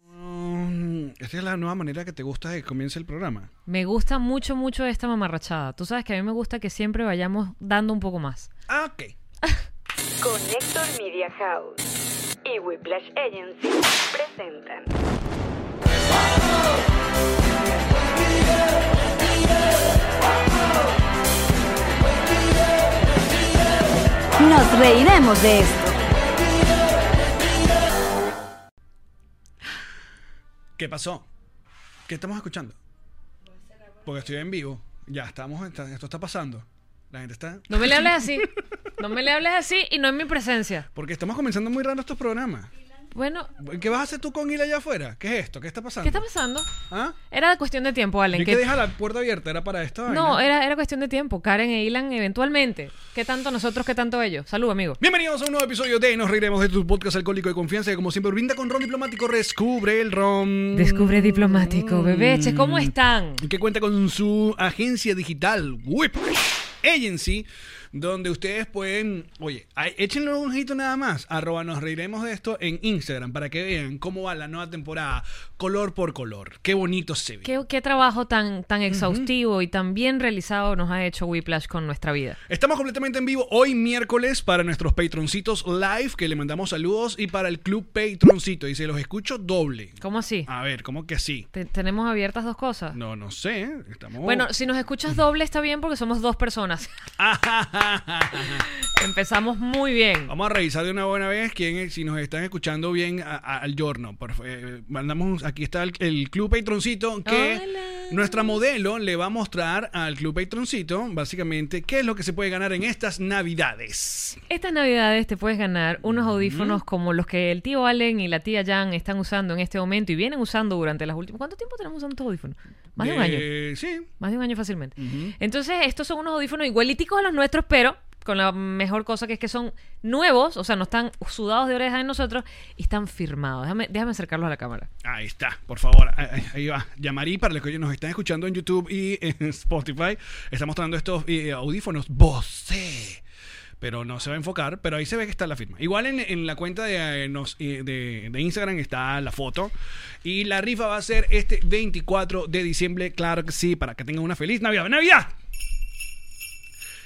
Mm, Esta es la nueva manera que te gusta de que comience el programa. Me gusta mucho, mucho esta mamarrachada. Tú sabes que a mí me gusta que siempre vayamos dando un poco más. Ah, ok. Connector Media House y Whiplash Agency presentan. Nos reiremos de esto. ¿Qué pasó? ¿Qué estamos escuchando? Porque estoy en vivo. Ya estamos, está- esto está pasando. La gente está. No me le hables así. No me le hables así y no en mi presencia. Porque estamos comenzando muy raro estos programas. Bueno, ¿Qué vas a hacer tú con Hila allá afuera? ¿Qué es esto? ¿Qué está pasando? ¿qué está pasando? ¿Ah? Era cuestión de tiempo, Yo Allen. que que- deja la puerta abierta, era para esto. No, eh. era, era cuestión de tiempo. Karen e Ilan eventualmente. ¿Qué tanto nosotros, qué tanto ellos? Salud, amigo. Bienvenidos a un nuevo episodio de Nos Reiremos de tu podcast alcohólico de confianza que como siempre brinda con ron diplomático. Descubre el ron. Descubre diplomático, bebeches. Mm. ¿Cómo están? que cuenta con su agencia digital Whip Agency, donde ustedes pueden, oye, ay, échenle un ojito nada más, arroba nos reiremos de esto en Instagram para que vean cómo va la nueva temporada, color por color, qué bonito se ve. ¿Qué, qué trabajo tan, tan exhaustivo y tan bien realizado nos ha hecho Whiplash con nuestra vida? Estamos completamente en vivo hoy miércoles para nuestros patroncitos live, que le mandamos saludos, y para el club patroncito, y se los escucho doble. ¿Cómo así? A ver, ¿cómo que sí? Te- tenemos abiertas dos cosas. No, no sé, estamos... Bueno, si nos escuchas doble está bien porque somos dos personas. Ah, Empezamos muy bien. Vamos a revisar de una buena vez quién es- si nos están escuchando bien a- a- al giorno. Por, fa- eh, mandamos, aquí está el, el Club Patroncito que Hola. nuestra modelo le va a mostrar al Club Patroncito básicamente qué es lo que se puede ganar en estas navidades. Estas navidades te puedes ganar Mm. unos audífonos como los que el tío Allen y la tía Jan están usando en este momento y vienen usando durante las últimas... ¿Cuánto tiempo tenemos usando estos audífonos? Más de un año. Eh, Sí. Más de un año fácilmente. Entonces, estos son unos audífonos igualiticos a los nuestros, pero con la mejor cosa que es que son nuevos, o sea, no están sudados de oreja de nosotros y están firmados. Déjame, déjame acercarlos a la cámara. Ahí está, por favor. Ahí- Ahí ahí va. Yamari, para los que nos están escuchando en YouTube y en Spotify, está mostrando estos eh, audífonos Bose. Pero no se va a enfocar, pero ahí se ve que está la firma. Igual en, en la cuenta de, eh, nos- eh, de- de Instagram está la foto. Y la rifa va a ser este 24 de diciembre, claro que sí, para que tengan una feliz Navidad. ¡Navidad!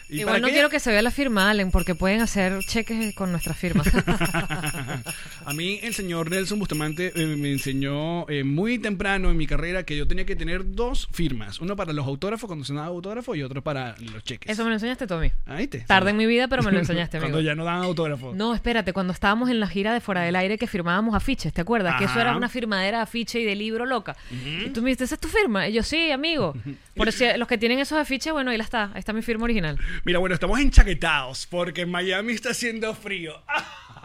Y para Igual no aquella- quiero que se vea la firma, Allen, porque pueden hacer cheques con nuestra firma. A mí el señor Nelson Bustamante eh, me enseñó eh, muy temprano en mi carrera que yo tenía que tener dos firmas. Uno para los autógrafos, cuando se daba autógrafo, y otro para los cheques. Eso me lo enseñaste tú a mí. Ahí te. Tarde en mi vida, pero me lo enseñaste, amigo. Ah, Cuando ya no dan autógrafo. No, espérate, cuando estábamos en la gira de Fuera del Aire que firmábamos afiches, ¿te acuerdas? Que eso era Ajá. una firmadera de afiche y de libro loca. Y tú me dijiste, ¿esa es tu firma? Y yo, sí, amigo. Por si los que tienen esos afiches, bueno, ahí la está. Ahí está mi firma original. Mira, bueno, estamos enchaquetados porque en Miami está haciendo frío.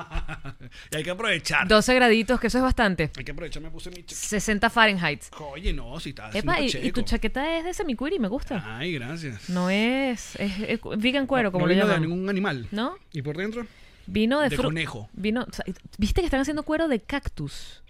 y hay que aprovechar. 12 graditos, que eso es bastante. Hay que aprovechar, me puse mi chaqueta. 60 Fahrenheit. Oye, no, si está haciendo Epa, y, y checo. tu chaqueta es de semicuiri, me gusta. Ay, gracias. No es, es, es cu- vegan cuero, como Ah. no lo vino de llaman. ningún animal. ¿No? ¿Y por dentro? Vino de, de fru- conejo. Vino, o sea, viste que están haciendo cuero de cactus.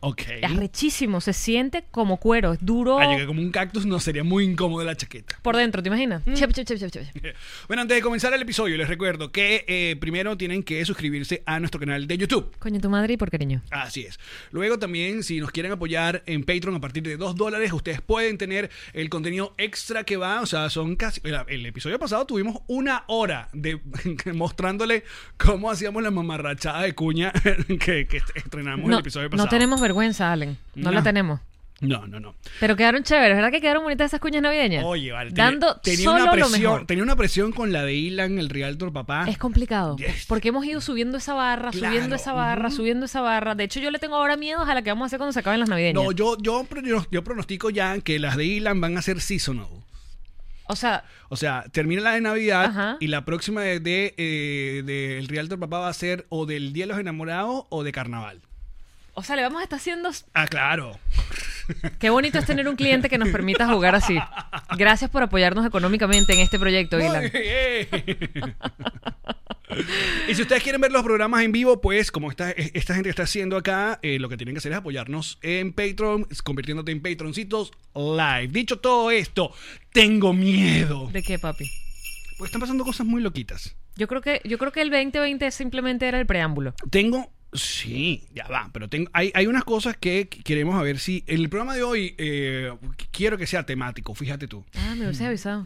ok. Es rechísimo, se siente como cuero, es duro Ay, que como un cactus no sería muy incómodo la chaqueta. por dentro, ¿te imaginas? Mm. Chep, chep, chep, chep, chep. Bueno, antes de comenzar el episodio, les recuerdo que eh, primero tienen que suscribirse a nuestro canal de YouTube. Coño, tu madre y por cariño. Así es. Luego también, si nos quieren apoyar en Patreon a partir de 2 dólares, ustedes pueden tener el contenido extra que va. O sea, son casi... El, el episodio pasado tuvimos una hora de mostrándole cómo hacíamos la mamarrachada de cuña que, que estrenamos el No, episodio no pasado. tenemos vergüenza, Allen. No, No. la tenemos. No, no, no. Pero quedaron chéveres, ¿verdad que quedaron bonitas esas cuñas navideñas? Oye, vale. tenía- Dando tenía una solo lo presión, mejor. Tenía una presión con la de Ilan, el Realtor papá. Es complicado. Yes. Porque hemos ido subiendo esa barra, Claro. subiendo esa barra, subiendo esa barra. De hecho, yo le tengo ahora miedos a la que vamos a hacer cuando se acaben las navideñas. No, yo, yo, pro- yo pronostico ya que las de Ilan van a ser seasonal. O sea, O sea, termina la de Navidad Ajá. y la próxima de, de, eh, de El Realtor Papá va a ser o del Día de los Enamorados o de Carnaval. o sea, le vamos a estar haciendo. Ah, claro. Qué bonito es tener un cliente que nos permita jugar así. Gracias por apoyarnos económicamente en este proyecto, Ilan. Muy bien. y si ustedes quieren ver los programas en vivo, pues como esta, esta gente está haciendo acá, eh, lo que tienen que hacer es apoyarnos en Patreon, convirtiéndote en Patroncitos Live. Dicho todo esto, tengo miedo. ¿De qué, papi? Pues están pasando cosas muy loquitas. Yo creo que, yo creo que el 2020 simplemente era el preámbulo. Tengo Sí, ya va, pero tengo, hay, hay unas cosas que qu- queremos a ver si el programa de hoy eh, quiero que sea temático, fíjate tú. Ah, me hubiese avisado.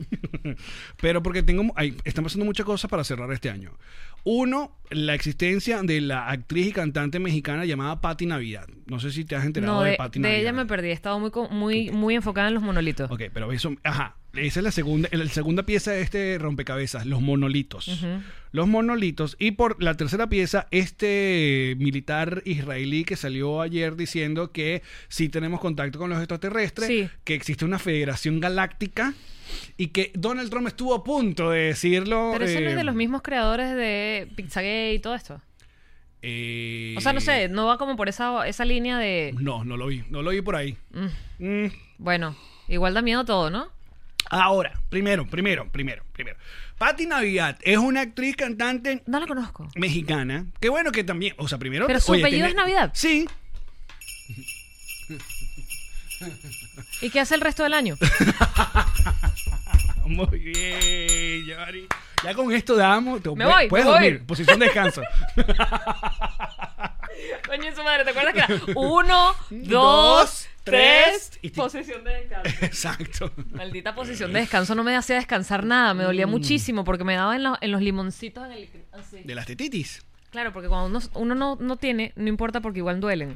Pero porque tengo, hay- están pasando muchas cosas para cerrar este año. Uno, la existencia de la actriz y cantante mexicana llamada Patti Navidad. No sé si te has enterado No, de, de, Patti de Navidad. ella me perdí. He estado muy, co- muy, muy enfocada en los monolitos. Ok, pero eso, ajá, esa es la segunda, la segunda pieza de este rompecabezas, los monolitos. Los monolitos. Y por la tercera pieza, este militar israelí que salió ayer diciendo que sí tenemos contacto con los extraterrestres, Sí. que existe una federación galáctica y que Donald Trump estuvo a punto de decirlo. Pero eso no es eh, de los mismos creadores de Pizzagate y todo esto. eh, O sea, no sé, no va como por esa, esa línea de. No, no lo vi, no lo vi por ahí. Mm. Bueno, igual da miedo todo, ¿no? Ahora, primero, primero, primero, primero. Patti Navidad es una actriz cantante No la conozco. mexicana. Qué bueno que también. O sea, primero. Pero su apellido es Navidad. Sí. ¿Y qué hace el resto del año? Muy bien, Yari. Ya con esto damos. te- Me voy, Puedes me voy. dormir. Posición de descanso. Coño, de su madre, ¿te acuerdas que era? Uno, Dos, dos, tres, tres. y ti- Posición de descanso. Exacto. Maldita posición de descanso no me hacía descansar nada, me Mm. dolía muchísimo porque me daba en, la- en los limoncitos. en el- así. De las tetitis. Claro, porque cuando uno, uno no, no tiene, no importa porque igual duelen.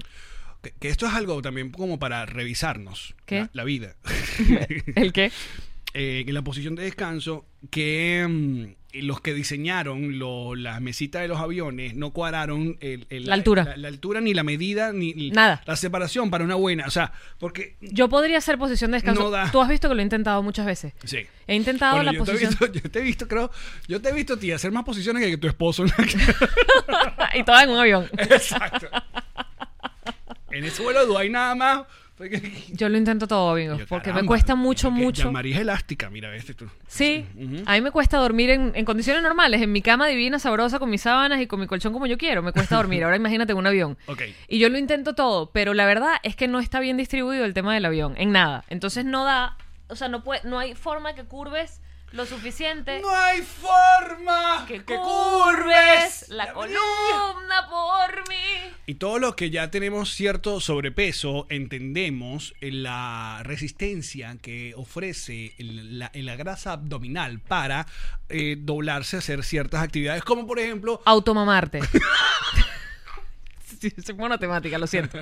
Que, que esto es algo también como para revisarnos. ¿Qué? La, la vida. ¿El qué? Eh, que la posición de descanso que mm, los que diseñaron lo- las mesitas de los aviones no cuadraron el- el- La altura. La, la altura ni la medida ni ni Nada. la separación para una buena. O sea, porque. Yo podría hacer posición de descanso. No da. Tú has visto que lo he intentado muchas veces. Sí. He intentado Bueno, la yo te he posición. visto- yo te he visto, creo. Yo te he visto a ti hacer más posiciones que tu esposo. y toda en un avión. Exacto. En ese vuelo de Dubái nada más. Yo lo intento todo, amigos, Yo, porque me caramba, cuesta mucho, que- que mucho. Yamari es elástica, mira, este tú. Sí, a mí me cuesta dormir en, en condiciones normales, en mi cama divina, sabrosa, con mis sábanas y con mi colchón como yo quiero. Me cuesta dormir. Ahora imagínate en un avión. Ok. Y yo lo intento todo, pero la verdad es que no está bien distribuido el tema del avión, en nada. Entonces no da, o sea, no, puede, no hay forma que curves lo suficiente. No hay forma Eh, que, que curves curves la vida. columna por mí. Y todos los que ya tenemos cierto sobrepeso entendemos la resistencia que ofrece el- la, la grasa abdominal para eh, doblarse, hacer ciertas actividades, como por ejemplo Automamarte. Sí, Soy monotemática, lo siento.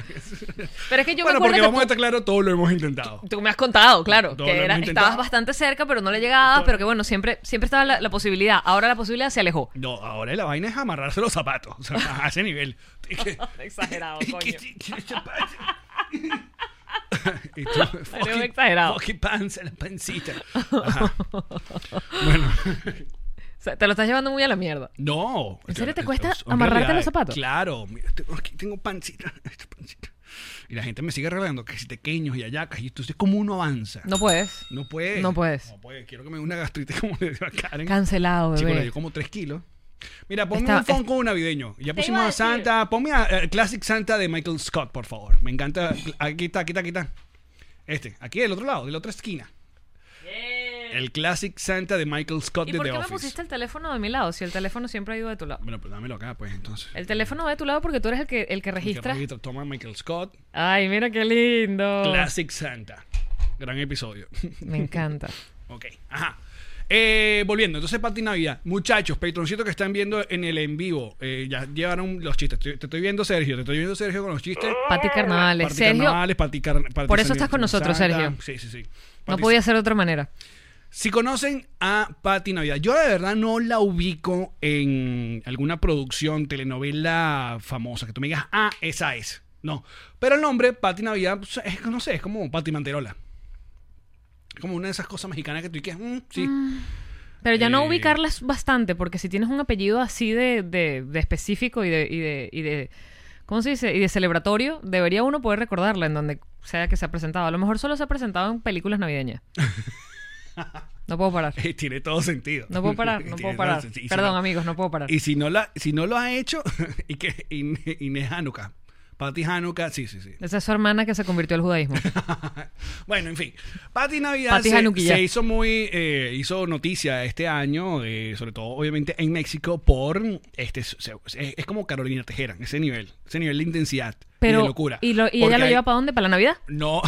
Pero es que yo bueno, me porque acuerdo vamos a que estar claro, todo lo hemos intentado. tú, tú me has contado, claro, Todo lo que era- hemos intentado. estabas bastante cerca, pero no le llegabas, Todo- pero que bueno, siempre, siempre estaba la, la posibilidad. Ahora la posibilidad se alejó. No, ahora la vaina es amarrarse los zapatos. O sea, a ese nivel. Y que- Exagerado, y que- coño. y que se pasa. Y tú, fucking- exagerado. fucking panza, la pancita. Ajá. Bueno, O sea, te lo estás llevando muy a la mierda. no. ¿En serio te Es- cuesta es una amarrarte realidad. los zapatos? Claro. Mira, te- aquí tengo pancita. esta pancita. Y la gente me sigue regalando que si pequeños y ayacas. Y entonces, ¿cómo uno avanza? No puedes. No puedes. No puedes. No puedes. Quiero que me dé una gastritis como le dio a Karen. Cancelado, Chico, le bebé. dio como 3 kilos. Mira, ponme Estaba- un fonco navideño. Ya Te pusimos iba a a decir. Santa. Ponme a, eh, Classic Santa de Michael Scott, por favor. Me encanta. Aquí está, aquí está, aquí está. Este, aquí del otro lado, de la otra esquina. El Classic Santa de Michael Scott ¿Y de por The qué me Office. pusiste el teléfono de mi lado? Si el teléfono siempre ha ido de tu lado. Bueno, pues dámelo acá, pues entonces. El teléfono va de tu lado porque tú eres el que, Mm. el que registra. Oh. Registro, Toma Michael Scott, Ay, mira qué lindo. Classic Santa. Gran episodio. Me encanta. Ok, ajá. Eh, volviendo, entonces Pati Navidad. Muchachos, patroncitos que están viendo en el en vivo, eh, ya llevaron los chistes. Estoy- te estoy viendo, Sergio, te estoy viendo, Sergio, con los chistes. Pati Carnavales. Pati Sergio, Carnavales, Pati Car- Pati Por eso San- estás con nosotros, Santa. Sergio. Sí, sí, sí. no Pati- podía ser de otra manera. Si conocen a Pati Navidad, yo de verdad no la ubico en alguna producción, telenovela famosa, que tú me digas, ah, esa es. No. Pero el nombre, Pati Navidad, pues, es, no sé, es como Pati Manterola. Como una de esas cosas mexicanas que tú dices, mm, sí. Pero ya no Eh. ubicarla es bastante, porque si tienes un apellido así de, de- de específico y de, y, de, y de- ¿Cómo se dice? Y de celebratorio, debería uno poder recordarla en donde sea que se ha presentado. A lo mejor solo se ha presentado en películas navideñas. No puedo parar. Tiene todo sentido. No puedo parar, no Tiene puedo todo parar. sentido. Y si Perdón, no- amigos, no puedo parar. Y si no, la, si no lo ha hecho, y que In- Inés Hanukkah. Patty Hanukkah, sí, sí, sí. Esa es su hermana que se convirtió al judaísmo. bueno, en fin. Patty Navidad Patty se, Hanukkah. se hizo muy eh, hizo noticia este año, eh, sobre todo obviamente en México por este se- es, es como Carolina Tejera, ese nivel, ese nivel de intensidad Pero, y de locura. ¿Y, lo- y Porque ella lo hay- lleva para dónde? ¿Para la Navidad? no,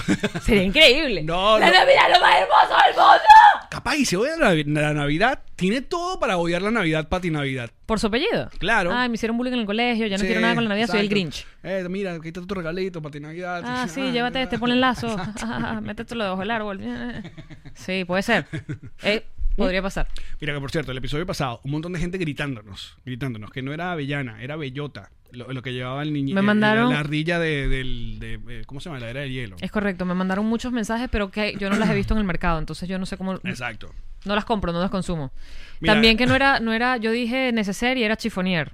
Sería increíble. No, ¡La no. Navidad es lo más hermoso del mundo! capaz y se odia la, la Navidad, tiene todo para odiar la Navidad, Patty Navidad. ¿Por su apellido? Claro. Ay, me hicieron bullying en el colegio, ya no Sí, quiero nada con la Navidad, soy el exacto. Grinch. Eh, mira, aquí está tu regalito, Patty Navidad. Ah, sí, llévate este, ponle el lazo. ah, Métetelo debajo del árbol. Sí, puede ser. Eh, podría pasar. Mira que por cierto, el episodio pasado, un montón de gente gritándonos, gritándonos, que no era avellana, era bellota, lo, lo que llevaba el niño. Me eh, mandaron- La, la ardilla de, del- de- eh, ¿Cómo se llama? La era del hielo. Es correcto, me mandaron muchos mensajes, pero que yo no las he visto en el mercado, entonces yo no sé cómo... Exacto. No las compro, no las consumo. Mira- También que no era, no era, yo dije necesaire y era chifonier.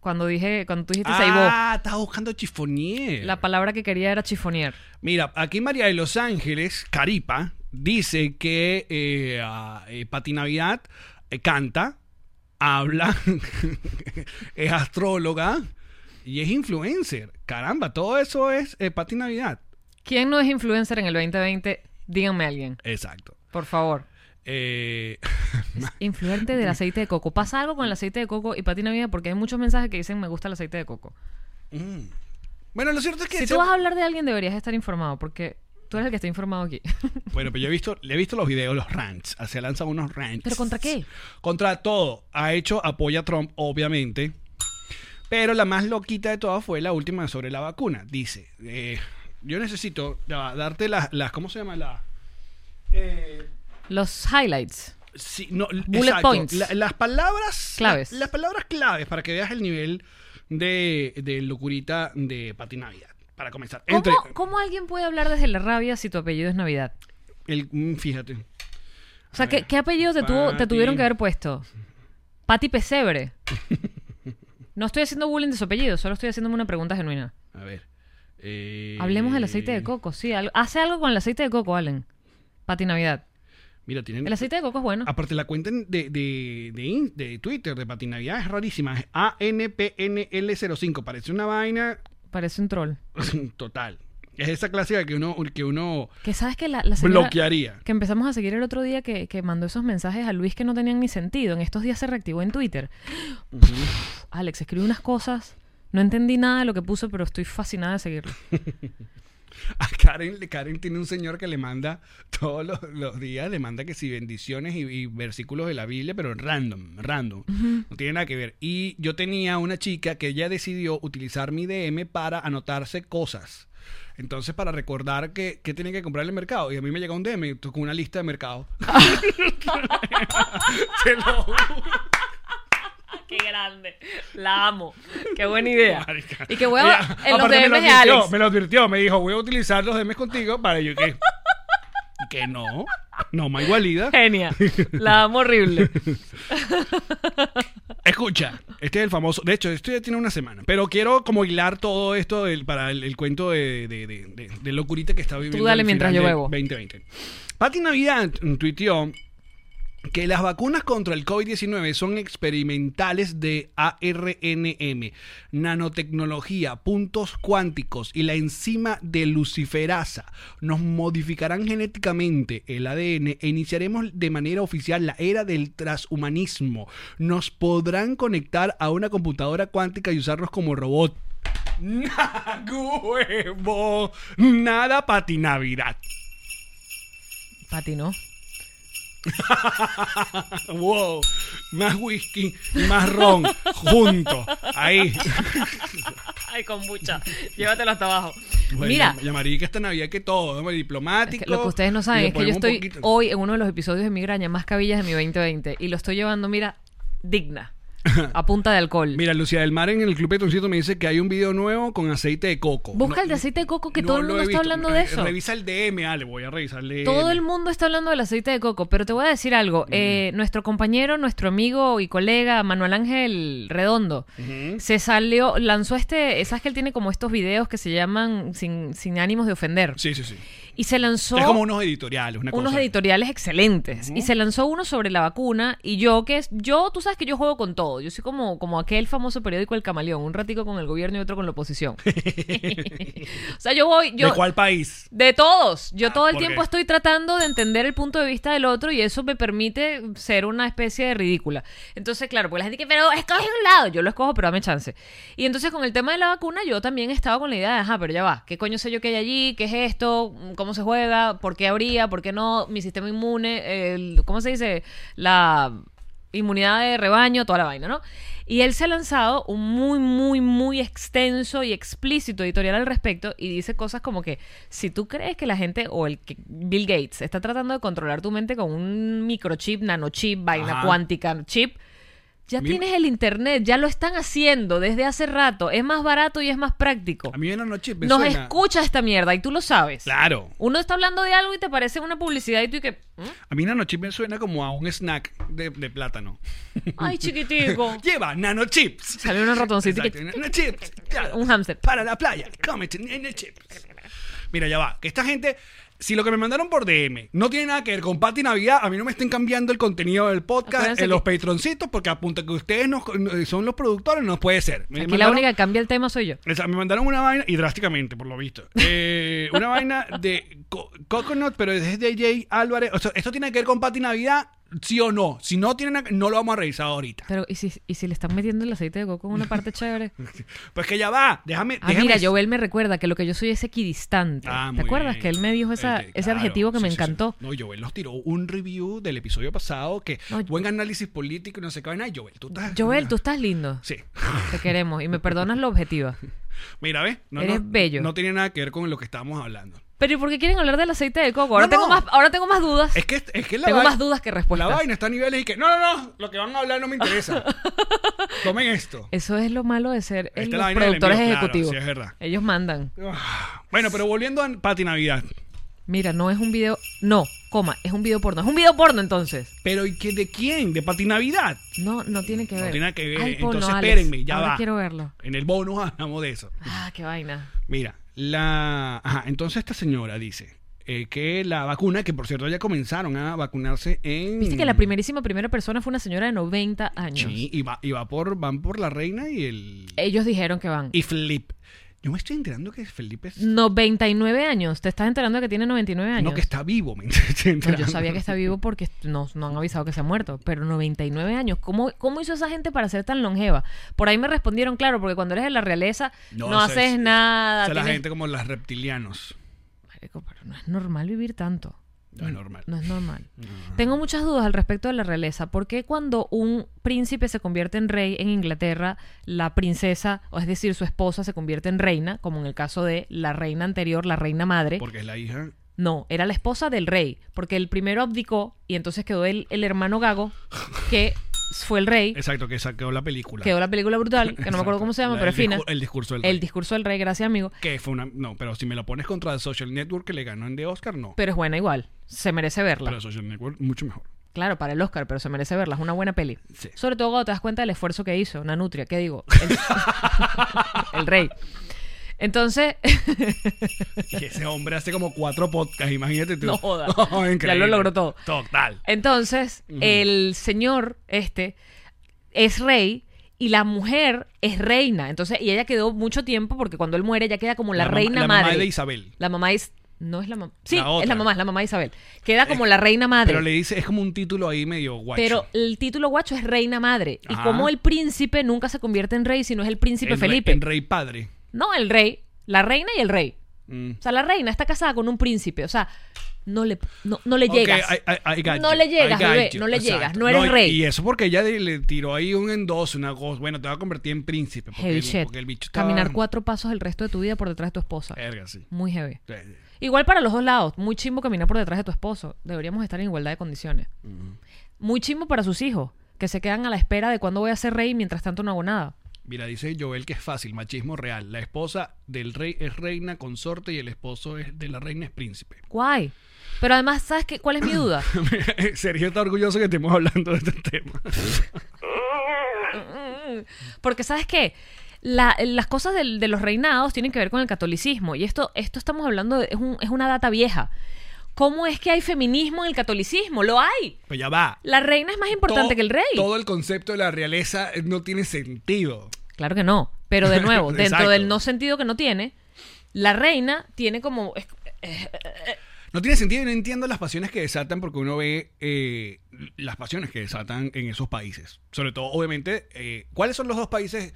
Cuando dije, cuando tú dijiste Saibó, ah, estás buscando chifonier. la palabra que quería era chifonier. Mira, aquí María de Los Ángeles, Caripa, dice que eh, ah, eh, Pati Navidad eh, canta, habla, es astróloga y es influencer. Caramba, todo eso es eh, Pati Navidad. ¿Quién no es influencer en el 2020? Díganme a alguien, Exacto. por favor. Eh, Influente del aceite de coco. ¿Pasa algo con el aceite de coco y patina vida? Porque hay muchos mensajes que dicen me gusta el aceite de coco. Mm. Bueno, lo cierto es que. Si ese- tú vas a hablar de alguien deberías estar informado porque tú eres el que está informado aquí. Bueno, pero yo he visto, le he visto los videos, los rants. Ah, Se lanzan unos rants. ¿Pero contra qué? Contra todo. Ha hecho apoya a Trump, obviamente. Pero la más loquita de todas fue la última sobre la vacuna. Dice: eh, Yo necesito ya va, darte las, las. ¿Cómo se llama? La. eh, Los highlights. sí, no, l- Bullet exacto. points. La- las palabras. Claves. la- las palabras claves para que veas el nivel de, de locurita de Patinavidad. Para comenzar. ¿Cómo, Entre- cómo alguien puede hablar desde la rabia si tu apellido es Navidad? el, mm, fíjate. O sea, ¿qué, qué apellido te, tuvo, te Pati. tuvieron que haber puesto? Pati Pesebre. No estoy haciendo bullying de su apellido, solo estoy haciéndome una pregunta genuina. A ver. eh, Hablemos del aceite de coco, sí. al- hace algo con el aceite de coco, Allen. Pati Navidad. Mira, tienen. El aceite de coco es bueno. Aparte, la cuenta en- de, de, de, in- de Twitter de Patinavidad es rarísima. Es ANPNL05. Parece una vaina Parece un troll. total. Es esa clásica que uno, que uno Que sabes que la, la señora bloquearía. que empezamos a seguir el otro día que, que mandó esos mensajes a Luis que no tenían ni sentido. En estos días se reactivó en Twitter. Alex escribió unas cosas. No entendí nada de lo que puso, pero estoy fascinada de seguirlo. A Karen, le- Karen tiene un señor que le manda todos los, los días, le manda que si bendiciones y, y versículos de la Biblia, pero random, random. No tiene nada que ver. Y yo tenía una chica que ella decidió utilizar mi DM para anotarse cosas. Entonces, para recordar que, que tenía que comprar en el mercado. Y a mí me llega un DM con una lista de mercado. Te lo juro. Ah, ¡Qué grande! La amo. ¡Qué buena idea! Marica. Y que voy a... Ella- en los aparte me lo DMs de advirtió, Alex. Me lo advirtió, me dijo, voy a utilizar los DMs contigo para yo que... que no, no, más igualida. Genia. La amo horrible. Escucha, este es el famoso, de hecho, esto ya tiene una semana, pero quiero como hilar todo esto del- para el, el cuento de, de, de- de- de locurita que está viviendo. dale el mientras final yo del bebo. 2020. Pati Navidad tuiteó que las vacunas contra el COVID-19 son experimentales de ARNM, nanotecnología, puntos cuánticos y la enzima de luciferasa. Nos modificarán genéticamente el ADN e iniciaremos de manera oficial la era del transhumanismo. Nos podrán conectar a una computadora cuántica y usarnos como robot. ¡Nah, huevo! Nada patinavidad. Pati, ¿no? Wow, más whisky y más ron juntos. Ahí. Ay, con mucha. Llévatelo hasta abajo. Bueno, Mira, la marica esta Navidad que todo, ¿no? es diplomático. que lo que ustedes no saben le es que yo ponemos un estoy poquito- hoy en uno de los episodios de Migraña más cabillas de mi 2020 y lo estoy llevando, mira, digna, a punta de alcohol. Mira, Lucía del Mar en el Club Petoncito me dice que hay un video nuevo con aceite de coco. Busca el de aceite de coco que todo el lo mundo he está visto. hablando de Eh, eso. Revisa el DM, Ale, voy a revisar el DM. Todo el mundo está hablando del aceite de coco, pero te voy a decir algo. Eh, nuestro compañero, nuestro amigo y colega Manuel Ángel Redondo, se salió, lanzó este, sabes que él tiene como estos videos que se llaman sin, sin ánimos de ofender. Sí, sí, sí. Y se lanzó... Es como unos editoriales, una unos cosa. editoriales excelentes. Y se lanzó uno sobre la vacuna y yo que es, yo, tú sabes que yo juego con todo. todo. Yo soy como, como aquel famoso periódico El Camaleón, un ratico con el gobierno y otro con la oposición. o sea, yo voy... Yo, ¿De cuál país? de todos. Yo Ah, todo el ¿por tiempo qué? estoy tratando de entender el punto de vista del otro y eso me permite ser una especie de ridícula. Entonces, claro, pues la gente que, pero escoge un lado. Yo lo escojo, pero dame chance. Y entonces, con el tema de la vacuna, yo también estaba con la idea de, ajá, pero ya va. ¿Qué coño sé yo que hay allí? ¿Qué es esto? ¿Cómo se juega? ¿Por qué habría? ¿Por qué no? Mi sistema inmune, el- ¿cómo se dice? La inmunidad de rebaño, toda la vaina, ¿no? Y él se ha lanzado un muy, muy, muy extenso y explícito editorial al respecto y dice cosas como que si tú crees que la gente o el que Bill Gates está tratando de controlar tu mente con un microchip, nanochip, vaina Ajá. cuántica, chip, ya Mira. tienes el internet, ya lo están haciendo desde hace rato, es más barato y es más práctico. A mí en la noche me Nos suena. escucha esta mierda y tú lo sabes. Claro. Uno está hablando de algo y te parece una publicidad y tú y que, ¿Mm? A mí nanochip me suena como a un snack de, de plátano. ay chiquitico. Lleva nanochips. Sale un ratoncito y que- Exacto, nanochips. claro. Un hámster. Para la playa. Cómete nanochips. Mira, ya va. Que esta gente, si lo que me mandaron por DM no tiene nada que ver con Pati Navidad, a mí no me estén cambiando el contenido del podcast Acuérdense en los que- patroncitos, porque apunta que ustedes nos- son los productores, no puede ser. Me Aquí la mandaron- única que cambia el tema soy yo. o sea, me mandaron una vaina, y drásticamente, por lo visto. Eh, una vaina de co- Coconut, pero es de Jay Álvarez. O sea, esto tiene que ver con Pati Navidad, sí o no. Si no tiene nada- no lo vamos a revisar ahorita. Pero, ¿y si, ¿y si le están metiendo el aceite de coco en una parte chévere? Pues que ya va, déjame. Ah, déjame- mira, Joel me recuerda que lo que yo soy es equidistante. Ah, ¿Te muy acuerdas bien. que él me dijo esa- Este, ese claro, adjetivo que sí, me sí, sí. encantó? No, Joel nos tiró un review del episodio pasado que No, buen análisis político y no sé qué vaina. Joel, tú estás. Joel, tú estás lindo. Sí. Te queremos y me perdonas lo objetiva. Mira, ¿ves? No, Eres no- bello. No tiene nada que ver con lo que estábamos hablando. Pero ¿y por qué quieren hablar del aceite de coco? Ahora, No, tengo, no. Más, ahora tengo más dudas. Es que, es que la tengo vai- más dudas que La respuestas. vaina está a niveles y que, no, no, no, lo que van a hablar no me interesa. Tomen esto. Eso es lo malo de ser eh, Esta es la los vaina del productores envío, claro, ejecutivos. sí, es verdad. Ellos mandan. Ah, Bueno, pero volviendo a Pati Navidad. Mira, no es un video... No, coma, es un video porno. Es un video porno entonces. Pero ¿y qué de quién? ¿De Pati Navidad? No, no tiene que No ver. tiene nada que ver. Ay, ponlo, Entonces Alex. espérenme, ya Ahora va. quiero verlo. En el bonus hablamos de eso. Ah, qué vaina. Mira, la... Ajá, entonces esta señora dice eh, que la vacuna, que por cierto ya comenzaron a vacunarse en... Viste que la primerísima primera persona fue una señora de 90 años. Mm. Sí, y, va, y va por, van por la reina y el... Ellos dijeron que van. Y Flip. Yo me estoy enterando que Felipe es... 99 años. Te estás enterando que tiene 99 años. No, que está vivo. Me No, yo sabía que está vivo porque no, no han avisado que se ha muerto, pero 99 años. ¿Cómo, ¿Cómo hizo esa gente para ser tan longeva? Por ahí me respondieron, claro, porque cuando eres de la realeza no, haces nada. O sea, la tienes- gente como los reptilianos. Marico, pero no es normal vivir tanto. No es Mm, normal. No es normal. Tengo muchas dudas al respecto de la realeza. ¿Por qué cuando un príncipe se convierte en rey en Inglaterra, la princesa, o es decir, su esposa, se convierte en reina, como en el caso de la reina anterior, la reina madre? Porque es la hija. No, era la esposa del rey, porque el primero abdicó y entonces quedó el, el hermano Gago, que fue el rey, Exacto, que sacó la película. quedó la película brutal, que no me acuerdo Exacto. cómo se llama, La- pero el es fina. discu- el discurso del El rey. discurso del rey, gracias amigo, Que fue una. No, pero si me lo pones contra el Social Network que le ganó en de Oscar, no. pero es buena igual, se merece verla. Pero Social Network, mucho mejor. Claro, para el Oscar, pero se merece verla, es una buena peli. Sí. Sobre todo cuando te das cuenta del esfuerzo que hizo, una nutria, ¿qué digo? El, el rey. Entonces, Y ese hombre hace como cuatro podcasts, imagínate tú. No joda. Increíble. Ya lo logró todo. Total. Entonces, el señor este es rey y la mujer es reina. Entonces, y ella quedó mucho tiempo porque cuando él muere ella queda como la, mamá- reina la madre. mamá de Isabel. La mamá es no es la mamá. Sí, La es la otra. Eh, mamá, es la mamá de Isabel. Queda como la reina madre. Pero le dice, es como un título ahí medio guacho. Pero el título guacho es reina madre. Y Ajá. como el príncipe nunca se convierte en rey, sino es el príncipe En rey- pues, Felipe. en rey padre. No, el rey, la reina y el rey. Mm. O sea, la reina está casada con un príncipe. O sea, no le, no, no le Ok, llegas. I- I- I got No you, le llegas, I got bebé, you. no le Exacto. llegas, no eres y- rey. Y eso porque ella de- le tiró ahí un endoso, una cosa. Bueno, te va a convertir en príncipe. Porque, Heavy el, shit. porque el bicho Eh. estaba- Caminar cuatro pasos el resto de tu vida por detrás de tu esposa. Verga, sí. Muy heavy. Sí. Igual para los dos lados. Muy chimbo caminar por detrás de tu esposo. Deberíamos estar en igualdad de condiciones. Muy chimbo para sus hijos, que se quedan a la espera de cuándo voy a ser rey y mientras tanto no hago nada. Mira, dice Joel que es fácil, machismo real. La esposa del rey es reina consorte y el esposo es- de la reina es príncipe. Guay. Pero además, ¿sabes qué? cuál es mi duda? Sergio está orgulloso que estemos hablando de este tema. Mm. Porque ¿sabes qué? La- las cosas del- de los reinados tienen que ver con el catolicismo. Y esto, esto estamos hablando de, es, un- es una data vieja. ¿Cómo es que hay feminismo en el catolicismo? Lo hay. Pues ya va. La reina es más importante Todo- que el rey. Todo el concepto de la realeza eh, no tiene sentido. Claro que no. Pero de nuevo, dentro Exacto. del no sentido que no tiene, la reina tiene como... es- No tiene sentido y no entiendo las pasiones que desatan porque uno ve eh, las pasiones que desatan en esos países. Sobre todo, obviamente, eh, ¿cuáles son los dos países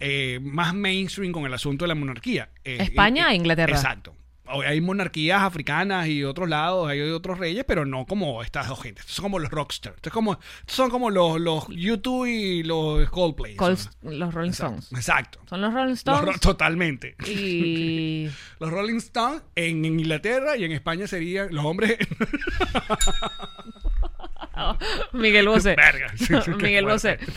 eh, más mainstream con el asunto de la monarquía? Eh, España e Inglaterra. Exacto. O- Hay monarquías africanas y de otros lados, hay de otros reyes, pero no como estas dos gentes. Estos son como los rockstars. Estos como, estos son como los, los YouTube y los Coldplay. Col- Son- los Rolling Exacto. Stones. Exacto. Son los Rolling Los Stones. ro- totalmente. y... Los Rolling Stones en Inglaterra y en España serían los hombres Miguel Bosé. Verga, sí, sí, qué Miguel Bosé. fuerte.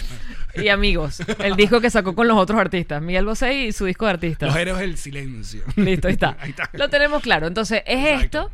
Y amigos. El disco que sacó con los otros artistas. Miguel Bosé y su disco de artistas. Los héroes del silencio. Listo, ahí está. Ahí está. Lo tenemos claro. Entonces, es Exacto. esto.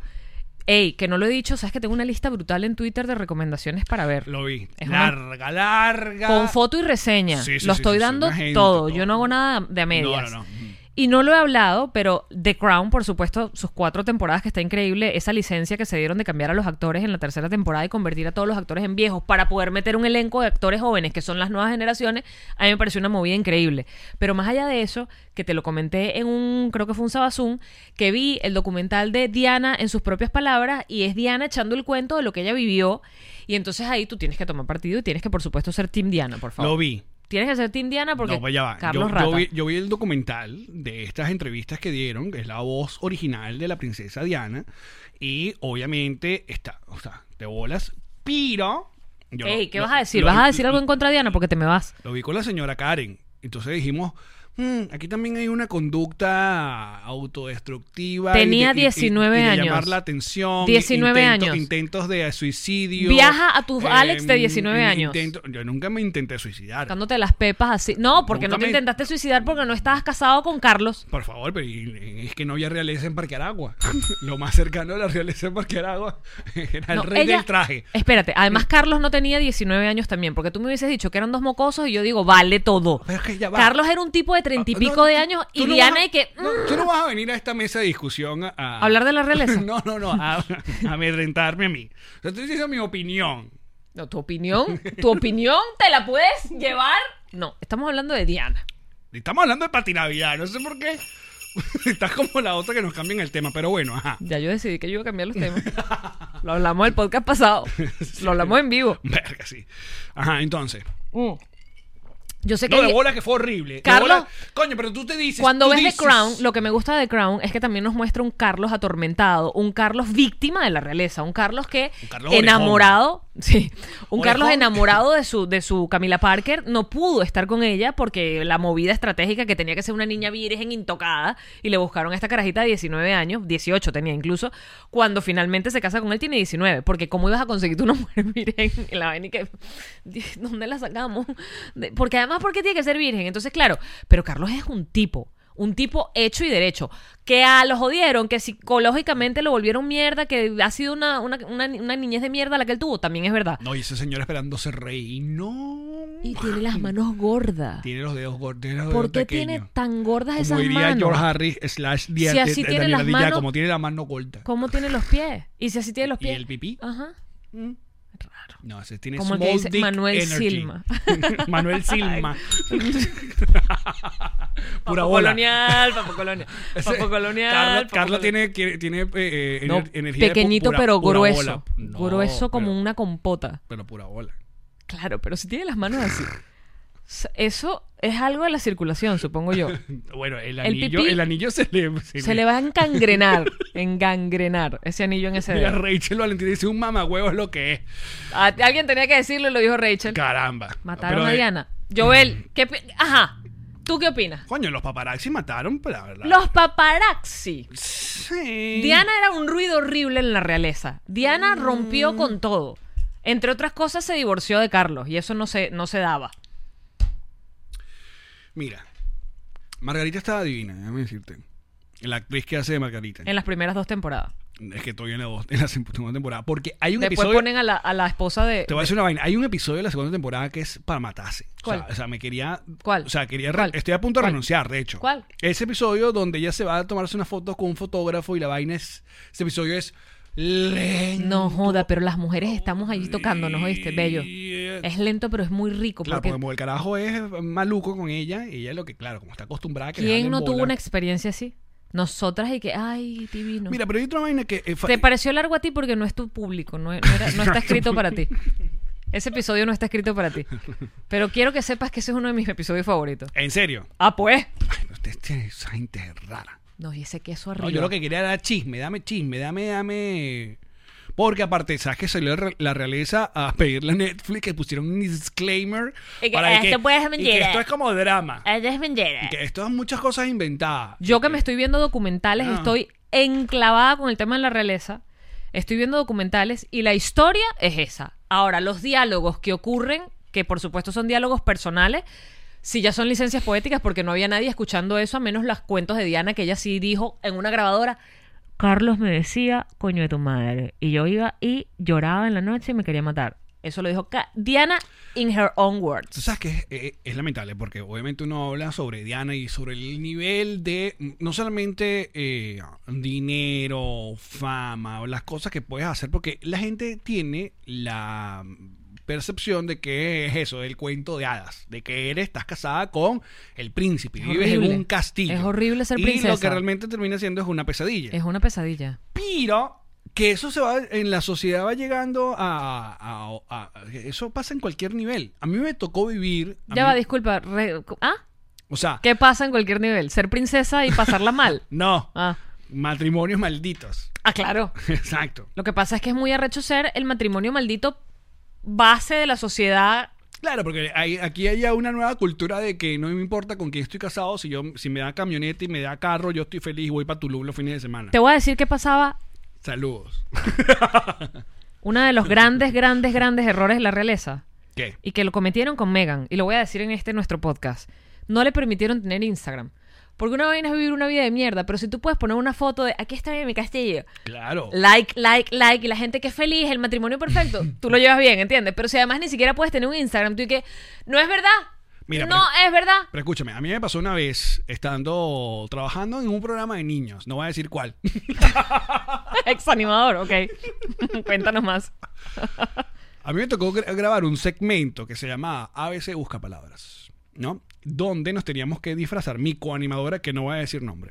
Ey, que no lo he dicho, sabes que tengo una lista brutal en Twitter de recomendaciones para ver. Lo vi. Es una- larga, larga. Con foto y reseña. Sí, sí, lo sí, estoy sí, sí, dando una gente, todo. todo. Yo no hago nada de a medias. No, no, no. Y no lo he hablado, pero The Crown, por supuesto, sus cuatro temporadas que está increíble, esa licencia que se dieron de cambiar a los actores en la tercera temporada y convertir a todos los actores en viejos para poder meter un elenco de actores jóvenes que son las nuevas generaciones, a mí me pareció una movida increíble. Pero más allá de eso, que te lo comenté en un, creo que fue un Sabazún, que vi el documental de Diana en sus propias palabras y es Diana echando el cuento de lo que ella vivió y entonces ahí tú tienes que tomar partido y tienes que, por supuesto, ser Team Diana, por favor. Lo vi. Tienes que ser Team Diana porque No, pues ya va. yo, Carlos yo Rata. vi, yo vi el documental de estas entrevistas que dieron, que es la voz original de la princesa Diana. Y obviamente está, o sea, te bolas. Pero. yo Ey, lo- ¿qué lo- vas a decir? lo- ¿Vas a decir algo en contra de Diana? Porque te me vas. Lo vi con la señora Karen. Entonces dijimos, "Mm, aquí también hay una conducta autodestructiva. y Tenía de- y- y- 19 y de años. llamar la atención. 19 intento- años. Intentos de suicidio. Eh, Viaja a tu Alex de 19 años. intento- yo nunca me intenté suicidar. Sacándote las pepas así. No, porque no te Nunca me- intentaste suicidar porque no estabas casado con Carlos. Por favor, pero y- y- es que no había realeza en Parque Aragua. Lo más cercano a la realeza en Parque Aragua era el No, rey ella- del traje. Espérate, además Carlos no tenía 19 años también, porque tú me hubieses dicho que eran dos mocosos y yo digo, vale todo. Pero es que ya va. Ah, Carlos era un tipo de 30 y No, pico no, de tú- años y tú no Diana vas a- y que... no, mm, tú no vas a venir a esta mesa de discusión a... a- ¿Hablar de la realeza? no, no, no, a, a amedrentarme a mí. O sea, estoy diciendo mi opinión. No, tu opinión, tu opinión te la puedes llevar. No, estamos hablando de Diana. Estamos hablando de patinavidad, no sé por qué. Estás como la otra que nos cambian el tema, pero bueno, ajá. Ya yo decidí que yo iba a cambiar los temas. Lo hablamos del podcast pasado. Lo hablamos en vivo. Verga, sí. Ajá, entonces. Mm. Yo sé que... No, de bola que fue horrible. De Carlos- bola- coño, pero tú te dices. Cuando tú ves dices- The Crown, lo que me gusta de The Crown es que también nos muestra un Carlos atormentado, un Carlos víctima de la realeza, un Carlos que Un Carlos enamorado, sí, Orejón. un Carlos enamorado de su de su Camila Parker no pudo estar con ella porque la movida estratégica que tenía que ser una niña virgen intocada y le buscaron a esta carajita de 19 años, 18 tenía incluso, cuando finalmente se casa con él tiene 19, porque cómo ibas a conseguir tú una mujer virgen en la vaina y que ¿dónde la sacamos? De- Porque además porque tiene que ser virgen, entonces claro, pero Carlos es un tipo un tipo hecho y derecho. Que a lo jodieron, que psicológicamente lo volvieron mierda, que ha sido una, una, una- una niñez de mierda la que él tuvo, también es verdad. No, y ese señor esperando ser rey. No. Y tiene las manos gordas. Tiene los dedos gordos. Tiene los dedos ¿Por qué pequeños. tiene tan gordas Como esas diría manos? George Harris slash Dia- Si así eh, tiene Daniela las Dilla, manos- como tiene la mano gorda. ¿Cómo tiene los pies? Y si así tiene los ¿Y pies. el pipí? Ajá. Mm. Raro. No, ese tiene Como el que small dice dick Manuel energy. Silma. Manuel Silma. Pura Papo bola. colonial, papo colonial. Papo colonial. Carlos, papo Carlos tiene, colonial. quiere- tiene eh, eh, No, ener- energía de pu- pequeñito pura- pero pura grueso. bola. No, grueso como pero- una compota. Pero pura bola. Claro, pero si tiene las manos así. S- Eso es algo de la circulación, supongo yo. Bueno, el El anillo, el, pipí- anillo se le... Se, Se le va a encangrenar, engangrenar ese anillo en ese Mira, dedo. Rachel Valentín dice un mamagüevo es lo que es. A- Alguien tenía que decirlo y lo dijo Rachel. Caramba. Pero, Mataron Mm. a eh, Diana. Joel, ¿qué pi- Ajá. ¿Tú qué opinas? Coño, los paparazzi mataron, pero... la- Los paparazzi. Sí. Diana era un ruido horrible en la realeza. Diana rompió con todo. Entre otras cosas, se divorció de Carlos y eso no se, no se daba. Mira, Margarita estaba divina, déjame decirte. La actriz que hace de Margarita. En las primeras dos temporadas. Es que estoy en la, dos- en la segunda temporada. Porque hay un Después episodio... ponen a la, a la esposa de. Te voy a decir una vaina. Hay un episodio de la segunda temporada que es para matarse. O sea, ¿Cuál? O sea, me quería. ¿Cuál? O sea, quería. re- ¿Cuál? Estoy a punto de ¿Cuál? renunciar, de hecho. ¿Cuál? Ese episodio donde ella se va a tomarse una foto con un fotógrafo y la vaina es. Ese episodio es. lento. No joda, pero las mujeres estamos allí tocándonos, ¿oíste? Bello. Yeah. Es lento, pero es muy rico. eh, Claro, porque porque como el carajo es maluco con ella, y ella es lo que, claro, como está acostumbrada a que le ¿Quién jalen no tuvo bola. una experiencia así? Nosotras y que, ay, divino. Mira, pero hay otra vaina que. eh, fa- Te pareció largo a ti porque no es tu público, no, es- no era- no está escrito para ti. Ese episodio no está escrito para ti. Pero quiero que sepas que ese es uno de mis episodios favoritos. En serio. Ah, pues. Ay, pero usted tiene esa gente es rara. No, y ese queso No, arriba. yo lo que quería era chisme, dame chisme, dame, dame. Porque aparte, ¿sabes que salió re- la realeza a pedirle a Netflix que pusieron un disclaimer? Y que, "Ah, esto puede ser y que mentira". esto es como drama. Ella es vendera. Y que esto es muchas cosas inventadas. Yo que me estoy viendo documentales, Ah. estoy enclavada con el tema de la realeza. Estoy viendo documentales y la historia es esa. Ahora, los diálogos que ocurren, que por supuesto son diálogos personales, si ya son licencias poéticas, porque no había nadie escuchando eso, a menos los cuentos de Diana, que ella sí dijo en una grabadora. Carlos me decía, coño de tu madre. Y yo iba y lloraba en la noche y me quería matar. Eso lo dijo Ca- Diana in her own words. Tú sabes que es, eh, es lamentable porque obviamente uno habla sobre Diana y sobre el nivel de mm, no solamente eh, dinero, fama o las cosas que puedes hacer porque la gente tiene la percepción de que es eso, el cuento de hadas, de que eres, estás casada con el príncipe, Es vives en horrible. un castillo. Es horrible ser Y lo princesa. que realmente termina siendo es una pesadilla. Es una pesadilla. Pero que eso se va en la sociedad va llegando a, a- a- a- eso pasa en cualquier nivel. A mí me tocó vivir. a Ya mí- va, disculpa. re- ¿Ah? O sea, ¿Qué pasa en cualquier nivel? Ser princesa y pasarla mal. no, Ah, matrimonios malditos. Ah, claro. Exacto. Lo que pasa es que es muy arrecho ser el matrimonio maldito base de la sociedad. Claro, porque hay, aquí hay ya una nueva cultura de que no me importa con quién estoy casado, si yo si me da camioneta y me da carro, yo estoy feliz y voy para Tulum los fines de semana. Te voy a decir qué pasaba. Saludos. Uno de los grandes, grandes, grandes errores de la realeza. ¿Qué? Y que lo cometieron con Megan. Y lo voy a decir en este nuestro podcast. No le permitieron tener Instagram. Porque una vaina es vivir una vida de mierda. Pero si tú puedes poner una foto de aquí está mi castillo. Claro. Like, like, like, y la gente que es feliz, el matrimonio perfecto, tú lo llevas bien, ¿entiendes? Pero si además ni siquiera puedes tener un Instagram, tú y que, no es verdad, Mira, no es verdad. Pero escúchame, a mí me pasó una vez estando trabajando en un programa de niños, no voy a decir cuál. Exanimador, ok. Cuéntanos más. A mí me tocó gra- grabar un segmento que se llamaba ABC Busca Palabras, ¿no? Donde nos teníamos que disfrazar, mi coanimadora, que no voy a decir nombre.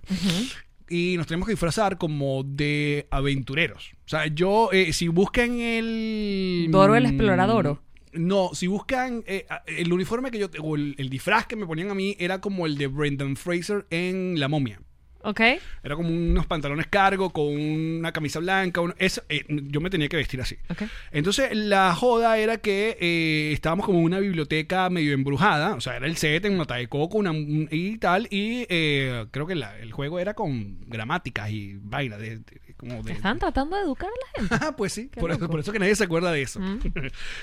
Y nos teníamos que disfrazar como de aventureros. O sea, yo, eh, si buscan el... Mm, Doro el Exploradoro. No, si buscan eh, a- el uniforme que yo, o el, el disfraz que me ponían a mí era como el de Brendan Fraser en La Momia. Ok. Era como unos pantalones cargo con una camisa blanca. un- eso, eh, yo me tenía que vestir así. Ok. Entonces, la joda era que eh, estábamos como en una biblioteca medio embrujada. O sea, era el set en nota de coco una, un- y tal. Y eh, creo que la- el juego era con gramáticas y vainas. De, de- como de, Están tratando de educar a la gente. Ah, pues sí, Qué por eso, loco. Mm. por eso que nadie se acuerda de eso.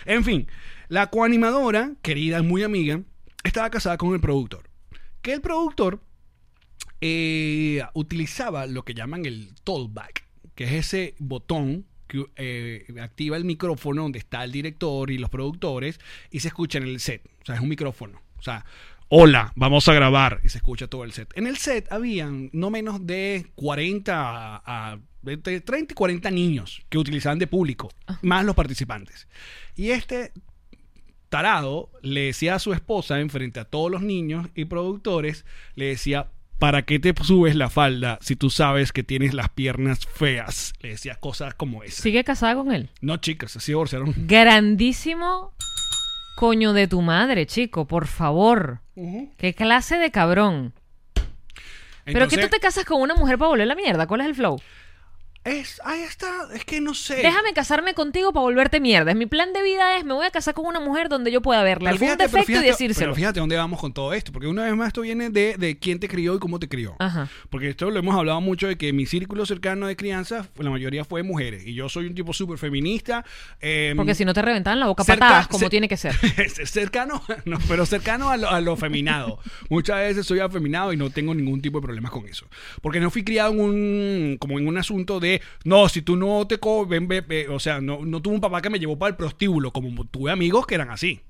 en fin, la coanimadora, querida, muy amiga, estaba casada con el productor. Que el productor eh, utilizaba lo que llaman el tollback, que es ese botón que eh, activa el micrófono donde está el director y los productores y se escucha en el set. O sea, es un micrófono. O sea, hola, vamos a grabar. Y se escucha todo el set. En el set habían no menos de 40 a, a- entre 30 y 40 niños que utilizaban de público, más los participantes. Y este tarado le decía a su esposa enfrente a todos los niños y productores, le decía, ¿para qué te subes la falda si tú sabes que tienes las piernas feas? Le decía cosas como esas. Sigue casada con él. No, chicas, así divorciaron. Grandísimo coño de tu madre, chico, por favor. Qué clase de cabrón. Pero que tú Entonces, te casas con una mujer para volver la mierda. ¿Cuál es el flow? Es, ahí está, es que no sé. Déjame casarme contigo para volverte mierda. Mi plan de vida es me voy a casar con una mujer donde yo pueda verle Pero algún fíjate, pero defecto fíjate- y decírselo. Pero fíjate dónde vamos con todo esto, porque una vez más esto viene de, de quién te crió y cómo te crió. Ajá. Porque esto lo hemos hablado mucho de que mi círculo cercano de crianza, la mayoría fue mujeres. Y yo soy un tipo súper feminista. eh, Porque si no te reventan la boca a cerca- patadas, como cer- tiene que ser. cercano, no, pero cercano a lo, a lo afeminado. Muchas veces soy afeminado y no tengo ningún tipo de problemas con eso. Porque no fui criado en un, como en un asunto de, no, si tú no te co ven, ve- ve", o sea, no, no tuve un papá que me llevó para el prostíbulo, como tuve amigos que eran así.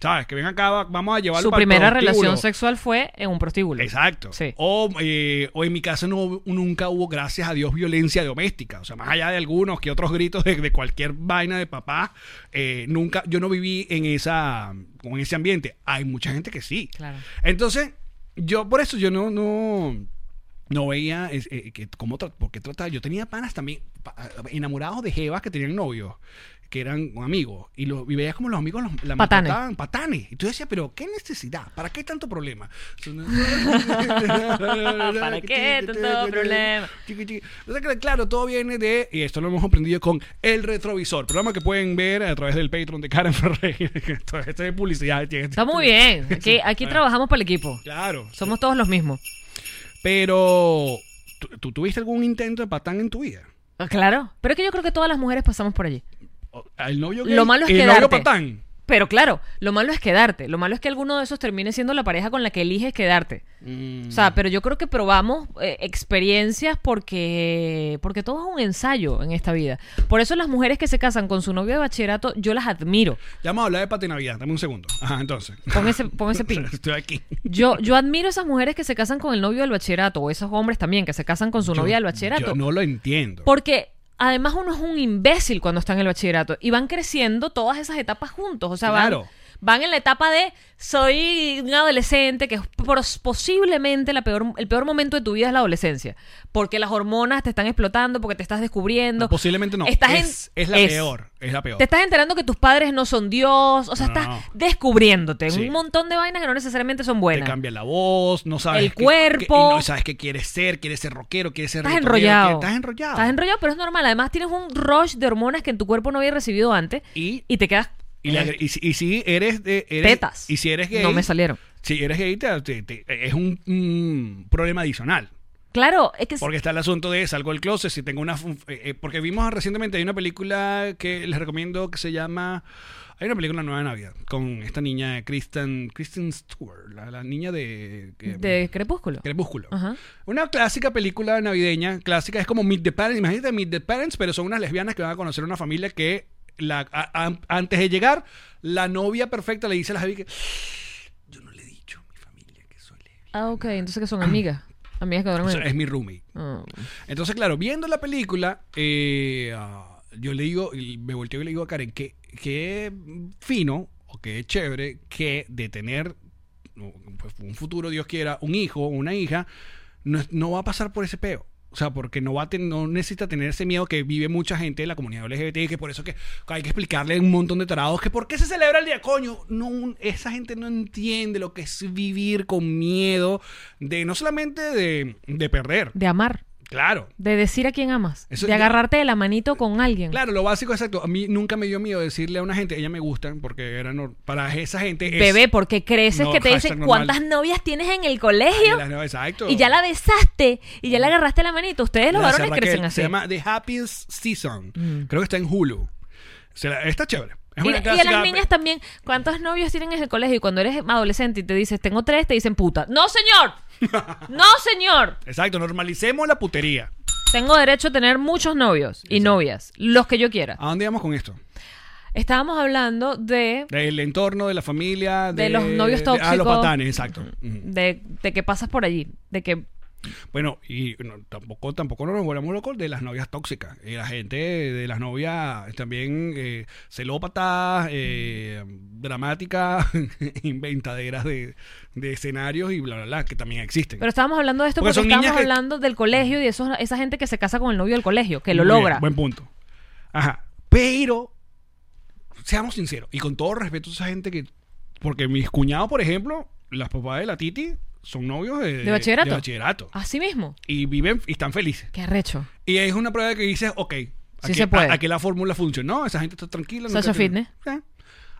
¿Sabes? Que ven acá, va- vamos a llevarlo Su para el primera prostíbulo. relación sexual fue en un prostíbulo. Exacto. Sí. O, eh, o en mi casa no, hubo- nunca hubo, gracias a Dios, violencia doméstica. O sea, más allá de algunos que otros gritos de, de cualquier vaina de papá, eh, nunca, yo no viví en esa, con ese ambiente. Hay mucha gente que sí. Claro. Entonces, yo por eso yo no, no, no veía es- eh, que, cómo tra- por qué trataba. Yo tenía panas también pa- enamorados de jevas que tenían novios que eran amigos y, lo, y veías como los amigos los, la Patanes. maltrataban, patanes y tú decías pero qué necesidad para qué tanto problema ¿Para qué tanto problema? Chiqui, chiqui. O sea, que, claro, todo viene de, y esto lo hemos aprendido con El Retrovisor, programa que pueden ver a través del Patreon de Karen Ferrey. esto, esto es publicidad. tiene- Está muy bien. Aquí, aquí Bueno. trabajamos para el equipo. Claro. Somos todos los mismos. Pero, ¿tú, tú tuviste algún intento de patán en tu vida? Ah, Claro. Pero es que yo creo que todas las mujeres pasamos por allí. O- ¿El novio Lo malo es ¿El novio quedarte. patán? Pero claro, lo malo es quedarte. Lo malo es que alguno de esos termine siendo la pareja con la que eliges quedarte. Mm. O sea, pero yo creo que probamos eh, experiencias porque, porque todo es un ensayo en esta vida. Por eso las mujeres que se casan con su novio de bachillerato, yo las admiro. Ya vamos a hablar de patinavidad, dame un segundo. Ajá, entonces. Pon ese, pon ese pin. Estoy aquí. Yo, yo admiro esas mujeres que se casan con el novio del bachillerato, o esos hombres también que se casan con su novia del bachillerato. Yo no lo entiendo. Porque además uno es un imbécil cuando está en el bachillerato y van creciendo todas esas etapas juntos. O sea, van- Claro. van, en la etapa de soy un adolescente, que es pros- posiblemente la peor, el peor momento de tu vida es la adolescencia. Porque las hormonas te están explotando, porque te estás descubriendo. No, posiblemente no. Estás en- es, es la es. peor. Es la peor. Te estás enterando que tus padres no son Dios, o sea, No, estás no. descubriéndote en Sí. un montón de vainas que no necesariamente son Te buenas. cambia la voz, no sabes. El qué- cuerpo. qué- y no sabes qué quieres ser, quieres ser rockero, quieres ser. Estás reggaetonero, enrollado. quieres- Estás enrollado. Estás enrollado, pero es normal. Además, tienes un rush de hormonas que en tu cuerpo no había recibido antes Y- y te quedas. Y, le agre- y si- y si eres de. eres- Tetas. Y si eres gay. No me salieron. Si eres gay, te- te- te- es un, un problema adicional. Claro, es que Porque está el asunto de salgo del closet, si tengo una... fun- eh, eh, porque vimos recientemente, hay una película que les recomiendo que se llama... Hay una película nueva de Navidad con esta niña, Kristen, Kristen Stewart, la, la niña de... que- de crepúsculo. Crepúsculo. Ajá. Una clásica película navideña, clásica, es como Meet the Parents, imagínate Meet the Parents, pero son unas lesbianas que van a conocer una familia que la, a- a- antes de llegar, la novia perfecta le dice a la Javi que... Yo no le he dicho a mi familia que soy lesbiana. Ah, ok. Entonces que son amigas. Amigas que O duermen. sea, es mi roommate. Ah. Entonces, claro, viendo la película, eh, ah, yo le digo, y me volteo y le digo a Karen, que, que fino o que chévere que de tener no, pues, un futuro, Dios quiera, un hijo o una hija, no, es- no va a pasar por ese peo. O sea, porque no va a ten- no necesita tener ese miedo que vive mucha gente de la comunidad LGBT y que por eso que hay que explicarle un montón de tarados que por qué se celebra el día coño. No, un- esa gente no entiende lo que es vivir con miedo de no solamente de, de perder, De amar. claro, De decir a quién amas. Eso de yo- agarrarte de la manito con alguien. Claro, lo básico, exacto. A mí nunca me dio miedo decirle a una gente, ella me gusta, porque era nor- para esa gente. es- Bebé, porque creces No, que te hashtag dicen normal. cuántas novias tienes en el colegio la- no, exacto. y ya la besaste y ya le agarraste la manito. Ustedes los Gracias, varones crecen Mm. Raquel. así. Se Mm. llama The Happiest Season. Creo que está en Hulu. Se la- está chévere. Es Y, una y a clásica- las niñas también, ¿cuántos novios tienen en el colegio? Y cuando eres adolescente y te dices, tengo tres, te dicen puta. ¡No, señor! ¡No, señor! Exacto, normalicemos la putería. Tengo derecho a tener muchos novios y novias, los que yo quiera. ¿A dónde vamos con esto? Estábamos hablando de, Del entorno, de la familia, de, De los novios de- Ah, los tóxicos. patanes, exacto. Ujú. de, de que pasas por allí, de que Bueno, y no, tampoco, tampoco nos volvamos locos de las novias tóxicas. Y la gente de las novias también eh, celópatas, eh, dramáticas, inventaderas de, de escenarios y bla, bla, bla, que también existen. Pero estábamos hablando de esto Porque porque, son estábamos niñas que- hablando del colegio y esos, esa gente que se casa con el novio del colegio, que lo Muy bien, logra. buen punto. Ajá. Pero, seamos sinceros, y con todo respeto a esa gente que. Porque mis cuñados, por ejemplo, las papás de la Titi son novios de, ¿De bachillerato? bachillerato. Así mismo. Y viven y están felices. Qué arrecho. Y es una prueba que dices, ok, aquí, se puede. a- aquí la fórmula funcionó, esa gente está tranquila. Sasha tiene- Eh.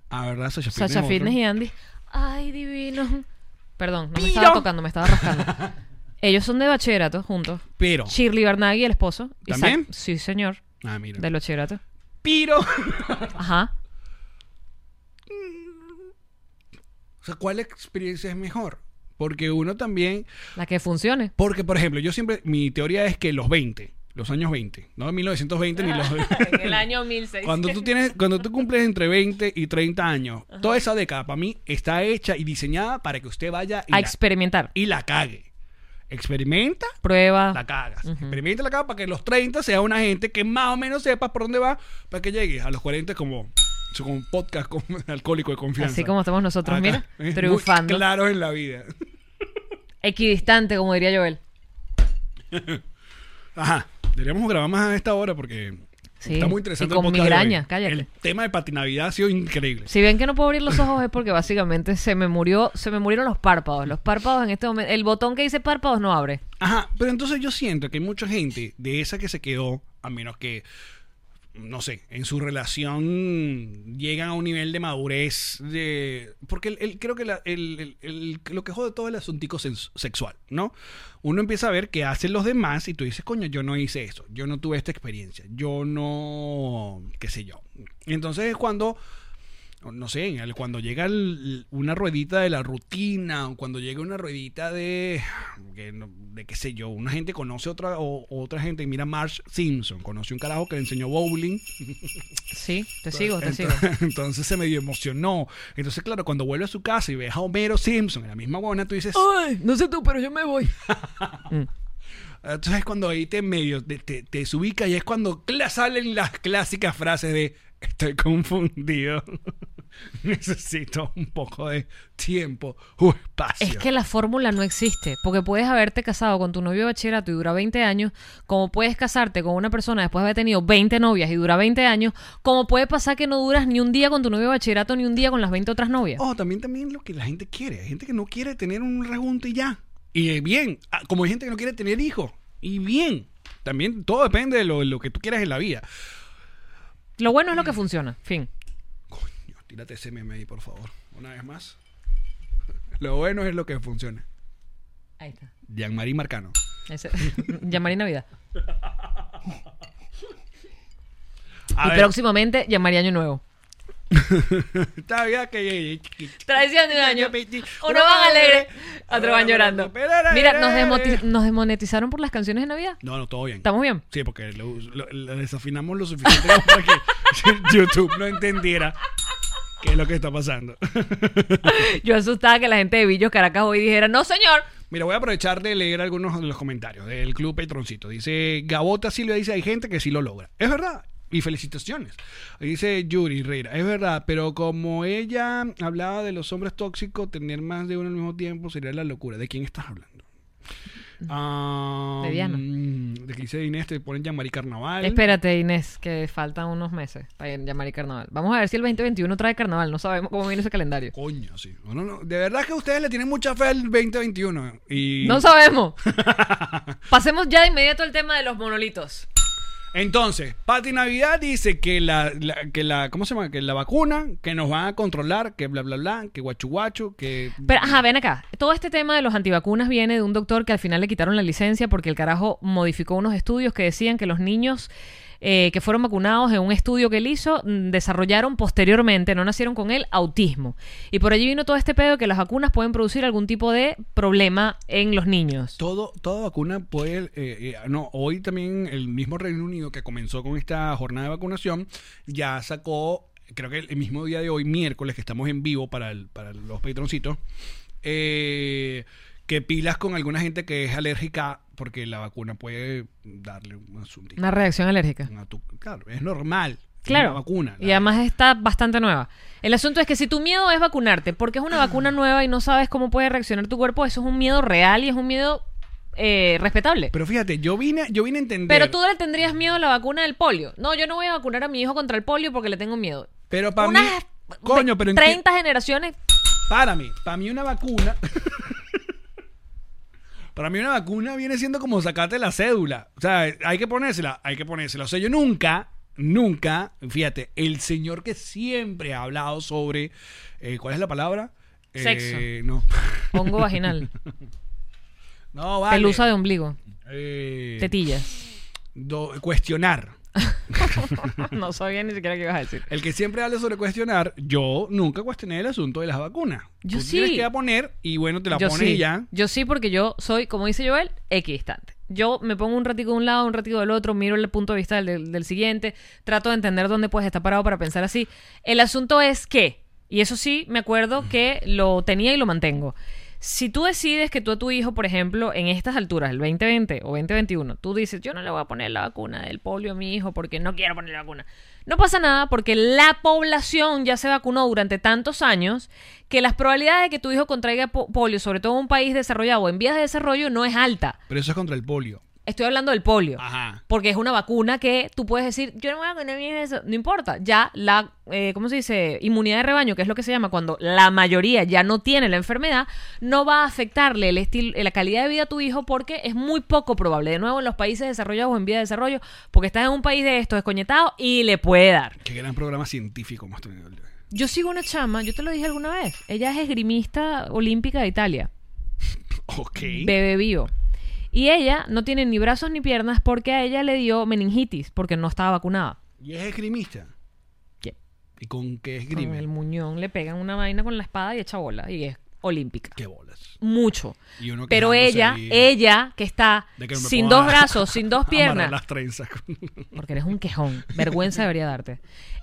Ah, ¿verdad? Sasha Fitness. Sacha es Fitness otro. y Andy. Ay, divino. Perdón, no me Piro. estaba tocando, me estaba rascando. Ellos son de bachillerato juntos. Pero. Shirley Barnaghi, el esposo. y Zac- Oh. ¿También? Sí, señor. Ah, mira. Del bachillerato. Piro. Ajá. o sea, ¿cuál experiencia es mejor? Porque uno también. La que funcione. Porque, por ejemplo, yo siempre. Mi teoría es que los 20. los años 20, no 1920 ni los en el año 1600. Cuando tú tienes cuando tú cumples entre 20 y 30 años, toda esa década para mí está hecha y diseñada para que usted vaya y, A la, experimentar. y la cague. Experimenta, Prueba. la cagas. Experimenta la caga para que los 30 sea una gente que más o menos sepas por dónde va para que llegues a los 40 como como un podcast con alcohólico de confianza. Así como estamos nosotros, mira, es muy triunfando. Claros en la vida. Equidistante, como diría Joel. Ajá. Deberíamos grabar más a esta hora porque Sí, está muy interesante. y con el podcast de migraña, hoy. cállate. El tema de patinavidad ha sido increíble. Si ven que no puedo abrir los ojos es porque básicamente se me murió, se me murieron los párpados. Los párpados en este momento, el botón que dice párpados no abre. Ajá. Pero entonces yo siento que hay mucha gente de esa que se quedó, a menos que, no sé, en su relación llegan a un nivel de madurez. De, porque el- el- creo que la- el- el- el- lo que jode todo es el asuntico sens- sexual, ¿no? Uno empieza a ver qué hacen los demás y tú dices, coño, yo no hice eso, yo no tuve esta experiencia, yo no, qué sé yo. Entonces es cuando... o no sé, en el- cuando llega el- una ruedita de la rutina, o cuando llega una ruedita de, que no- de qué sé yo, una gente conoce otra, o, otra gente, mira Marsh Simpson, conoce un carajo que le enseñó bowling, Sí, te sigo, te entonces, sigo. entonces se medio emocionó. Entonces, claro, cuando vuelve a su casa y ves a Homero Simpson en la misma buena, tú dices, Ay, no sé tú, pero yo me voy. entonces es cuando ahí te medio, te, te, te desubica y es cuando cla- salen las clásicas frases de, estoy confundido, necesito un poco de tiempo o espacio. Es que la fórmula no existe, porque puedes haberte casado con tu novio de bachillerato y dura 20 años, como puedes casarte con una persona después de haber tenido 20 novias y dura 20 años, como puede pasar que no duras ni un día con tu novio de bachillerato ni un día con las 20 otras novias. Oh, también, también lo que la gente quiere. Hay gente que no quiere tener un rejunte y ya. Y eh, bien, Ah, como hay gente que no quiere tener hijos. Y bien, también todo depende de lo, lo que tú quieras en la vida. Lo bueno es lo que funciona, fin. Coño, tírate ese meme ahí, por favor. Una vez más. Lo bueno es lo que funciona. Ahí está. Jean-Marie Marcano. Ese- llamaré Navidad. A y ver, próximamente llamaré Año Nuevo. esta vida que... Tradición de un año. Uno van alegre, otro van llorando. Mira, nos, desmoti- nos desmonetizaron por las canciones de Navidad. No, no, todo bien. ¿Estamos bien? Sí, porque lo, lo- lo desafinamos lo suficiente como para que YouTube no entendiera qué es lo que está pasando. Yo asustaba que la gente de Villos Caracas hoy dijera, no señor. Mira, voy a aprovechar de leer algunos de los comentarios del Club Petroncito. Dice Gabota Silvia, dice, hay gente que sí lo logra. Es verdad. Y felicitaciones. Dice Yuri Herrera, es verdad, pero como ella hablaba de los hombres tóxicos, tener más de uno al mismo tiempo sería la locura. ¿De quién estás hablando? Ah, De Diana. mm, De que dice Inés, te ponen Jean-Marie Carnaval. Espérate, Inés, que faltan unos meses para llamar y carnaval. Vamos a ver si el 2021 trae carnaval. No sabemos cómo viene ese calendario. Coño, sí. No, no, no. De verdad que ustedes le tienen mucha fe al 2021. Y... No sabemos. Pasemos ya de inmediato al tema de los monolitos. Entonces, Pati Navidad dice que la, la- que la ¿cómo se llama? que la vacuna, que nos van a controlar, que bla bla bla, que guachu guachu, que Pero, ajá, ven acá. Todo este tema de los antivacunas viene de un doctor que al final le quitaron la licencia porque el carajo modificó unos estudios que decían que los niños eh, que fueron vacunados en un estudio que él hizo mm, desarrollaron posteriormente, no nacieron con él, autismo. Y por allí vino todo este pedo de que las vacunas pueden producir algún tipo de problema en los niños. todo toda vacuna puede eh, eh, no, hoy también el mismo Reino Unido que comenzó con esta jornada de vacunación ya sacó creo que el mismo día de hoy miércoles que estamos en vivo para el- para los patroncitos eh, que pilas con alguna gente que es alérgica porque la vacuna puede darle un asuntito. Una reacción alérgica. Una tu- claro, es normal. Es Claro. una vacuna. Y además está bastante nueva. El asunto es que si tu miedo es vacunarte, porque es una vacuna nueva y no sabes cómo puede reaccionar tu cuerpo, eso es un miedo real y es un miedo eh, respetable. Pero fíjate, yo vine, yo vine a entender. Pero tú le tendrías miedo a la vacuna del polio. No, yo no voy a vacunar a mi hijo contra el polio porque le tengo miedo. Pero para mí. Unas Coño, pero enti- 30 generaciones. Para mí, para mí una vacuna. para mí una vacuna viene siendo como sacarte la cédula. O sea, hay que ponérsela, hay que ponérsela. O sea, yo nunca, nunca, fíjate, el señor que siempre ha hablado sobre. eh, ¿Cuál es la palabra? Eh, Sexo. no. Hongo vaginal. No, vale. Pelusa de ombligo. Eh, Tetillas. do- cuestionar. no sabía ni siquiera qué ibas a decir. El que siempre habla sobre cuestionar, yo nunca cuestioné el asunto de las vacunas. Yo Tú sí. Tienes que ir a poner y bueno, te la yo pones sí. y ya. Yo sí, porque yo soy, como dice Joel, equidistante. yo me pongo un ratico de un lado, un ratico del otro, miro el punto de vista del- del, del siguiente, trato de entender dónde puedes estar parado para pensar así. El asunto es que, y eso sí, me acuerdo que lo tenía y lo mantengo. Si tú decides que tú a tu hijo, por ejemplo, en estas alturas, el 2020 o 2021, tú dices, yo no le voy a poner la vacuna del polio a mi hijo porque no quiero poner la vacuna. No pasa nada porque la población ya se vacunó durante tantos años que las probabilidades de que tu hijo contraiga po- polio, sobre todo en un país desarrollado o en vías de desarrollo, no es alta. Pero eso es contra el polio. Estoy hablando del polio. Ajá. Porque es una vacuna que tú puedes decir, yo no me voy a poner bien eso. No importa. Ya la, eh, ¿cómo se dice? Inmunidad de rebaño, que es lo que se llama cuando la mayoría ya no tiene la enfermedad, no va a afectarle el estilo, la calidad de vida a tu hijo porque es muy poco probable. De nuevo, en los países desarrollados o en vía de desarrollo, porque estás en un país de estos desconectado y le puede dar. Qué gran programa científico hemos tenido. el día de hoy. Yo sigo una chama, yo te lo dije alguna vez. Ella es esgrimista olímpica de Italia. Ok. bebé vivo. Y ella no tiene ni brazos ni piernas porque a ella le dio meningitis porque no estaba vacunada. y es esgrimista. ¿Qué? ¿Y con qué Con esgrime? el muñón le pegan una vaina con la espada y echa bola y es olímpica. Qué bolas. Mucho. Y uno Pero quejándose ella, ahí ella que está de que no me sin puedo dos a- brazos, sin dos amarrar piernas, las trenzas. con- porque eres un quejón, vergüenza debería darte.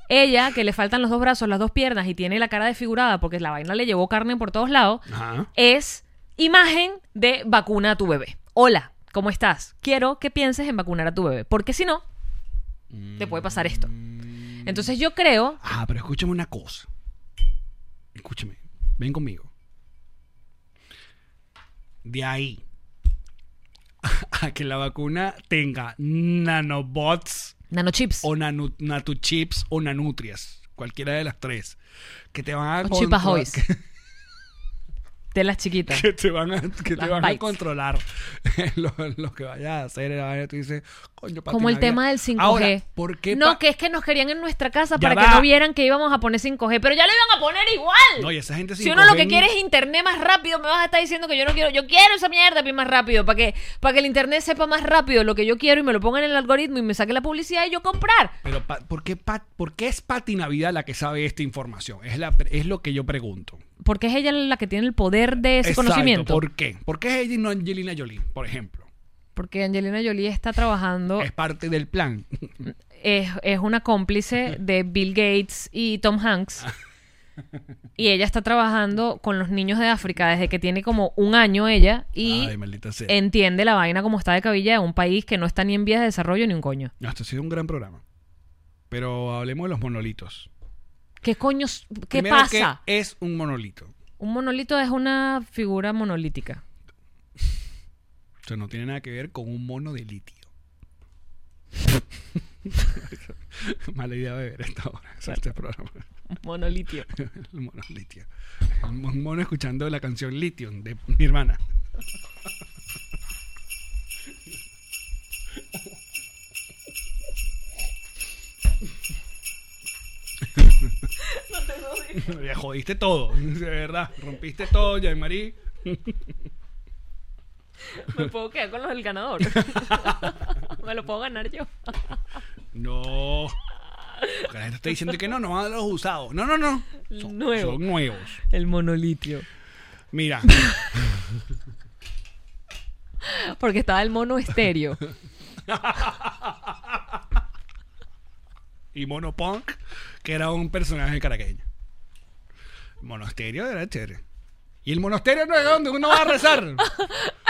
Ella que le faltan los dos brazos, las dos piernas y tiene la cara desfigurada porque la vaina le llevó carne por todos lados, Ajá. es imagen de vacuna a tu bebé. Hola, ¿cómo estás? Quiero que pienses en vacunar a tu bebé, porque si no, te puede pasar esto. Entonces yo creo, Mm. Ah, pero escúchame una cosa. Escúchame. Ven conmigo. De ahí a que la vacuna tenga nanobots nanochips o nanu- natuchips o nanutrias. Cualquiera de las tres. Que te van a... o chipajoys, controlar- de las chiquitas. que te van a, que te Las van a bites. controlar lo, lo que vayas a hacer. la vaina, Tú dices, coño, para Como el tema del 5G. Ahora, ¿por qué no, pa- que es que nos querían en nuestra casa Ya para que va. no vieran que íbamos a poner 5G, pero ya lo iban a poner igual. No, y esa gente si uno lo 5G que quiere es internet más rápido, me vas a estar diciendo que yo no quiero, yo quiero esa mierda pi, más rápido, para que, para que el internet sepa más rápido lo que yo quiero y me lo ponga en el algoritmo y me saque la publicidad y yo comprar. Pero pa- ¿por, qué pa- por qué es Pati Navidad la que sabe esta información? Es, la, pre- es lo que yo pregunto. Porque es ella la que tiene el poder de ese Exacto, conocimiento. ¿Por qué? ¿Por qué es ella y no Angelina Jolie, por ejemplo? Porque Angelina Jolie está trabajando, Es parte del plan. es, es una cómplice de Bill Gates y Tom Hanks. Ah. Y ella está trabajando con los niños de África desde que tiene como un año ella y Ay, maldita sea. entiende la vaina como está de cabilla de un país que no está ni en vías de desarrollo ni un coño. No, esto ha sido un gran programa. Pero hablemos de los monolitos. ¿Qué coño? s- ¿Qué Primero, pasa? ¿qué es un monolito? Un monolito es una figura monolítica. O sea, no tiene nada que ver con un mono de litio. Mala idea beber a esta hora, o sea, este programa. Monolitio. El mono litio. Un mono escuchando la canción Lithium de mi hermana. Ya jodiste todo, de verdad. Rompiste todo, Marí. Me puedo quedar con los del ganador. Me lo puedo ganar yo. No. Porque la gente está diciendo que no, no van a dar los usados. No, no, no. Son, Nuevo. son nuevos. El monolitio. Mira, Porque estaba el mono estéreo. y Mono Punk, que era un personaje caraqueño. Monasterio era chévere. Y el monasterio no es donde uno va a rezar.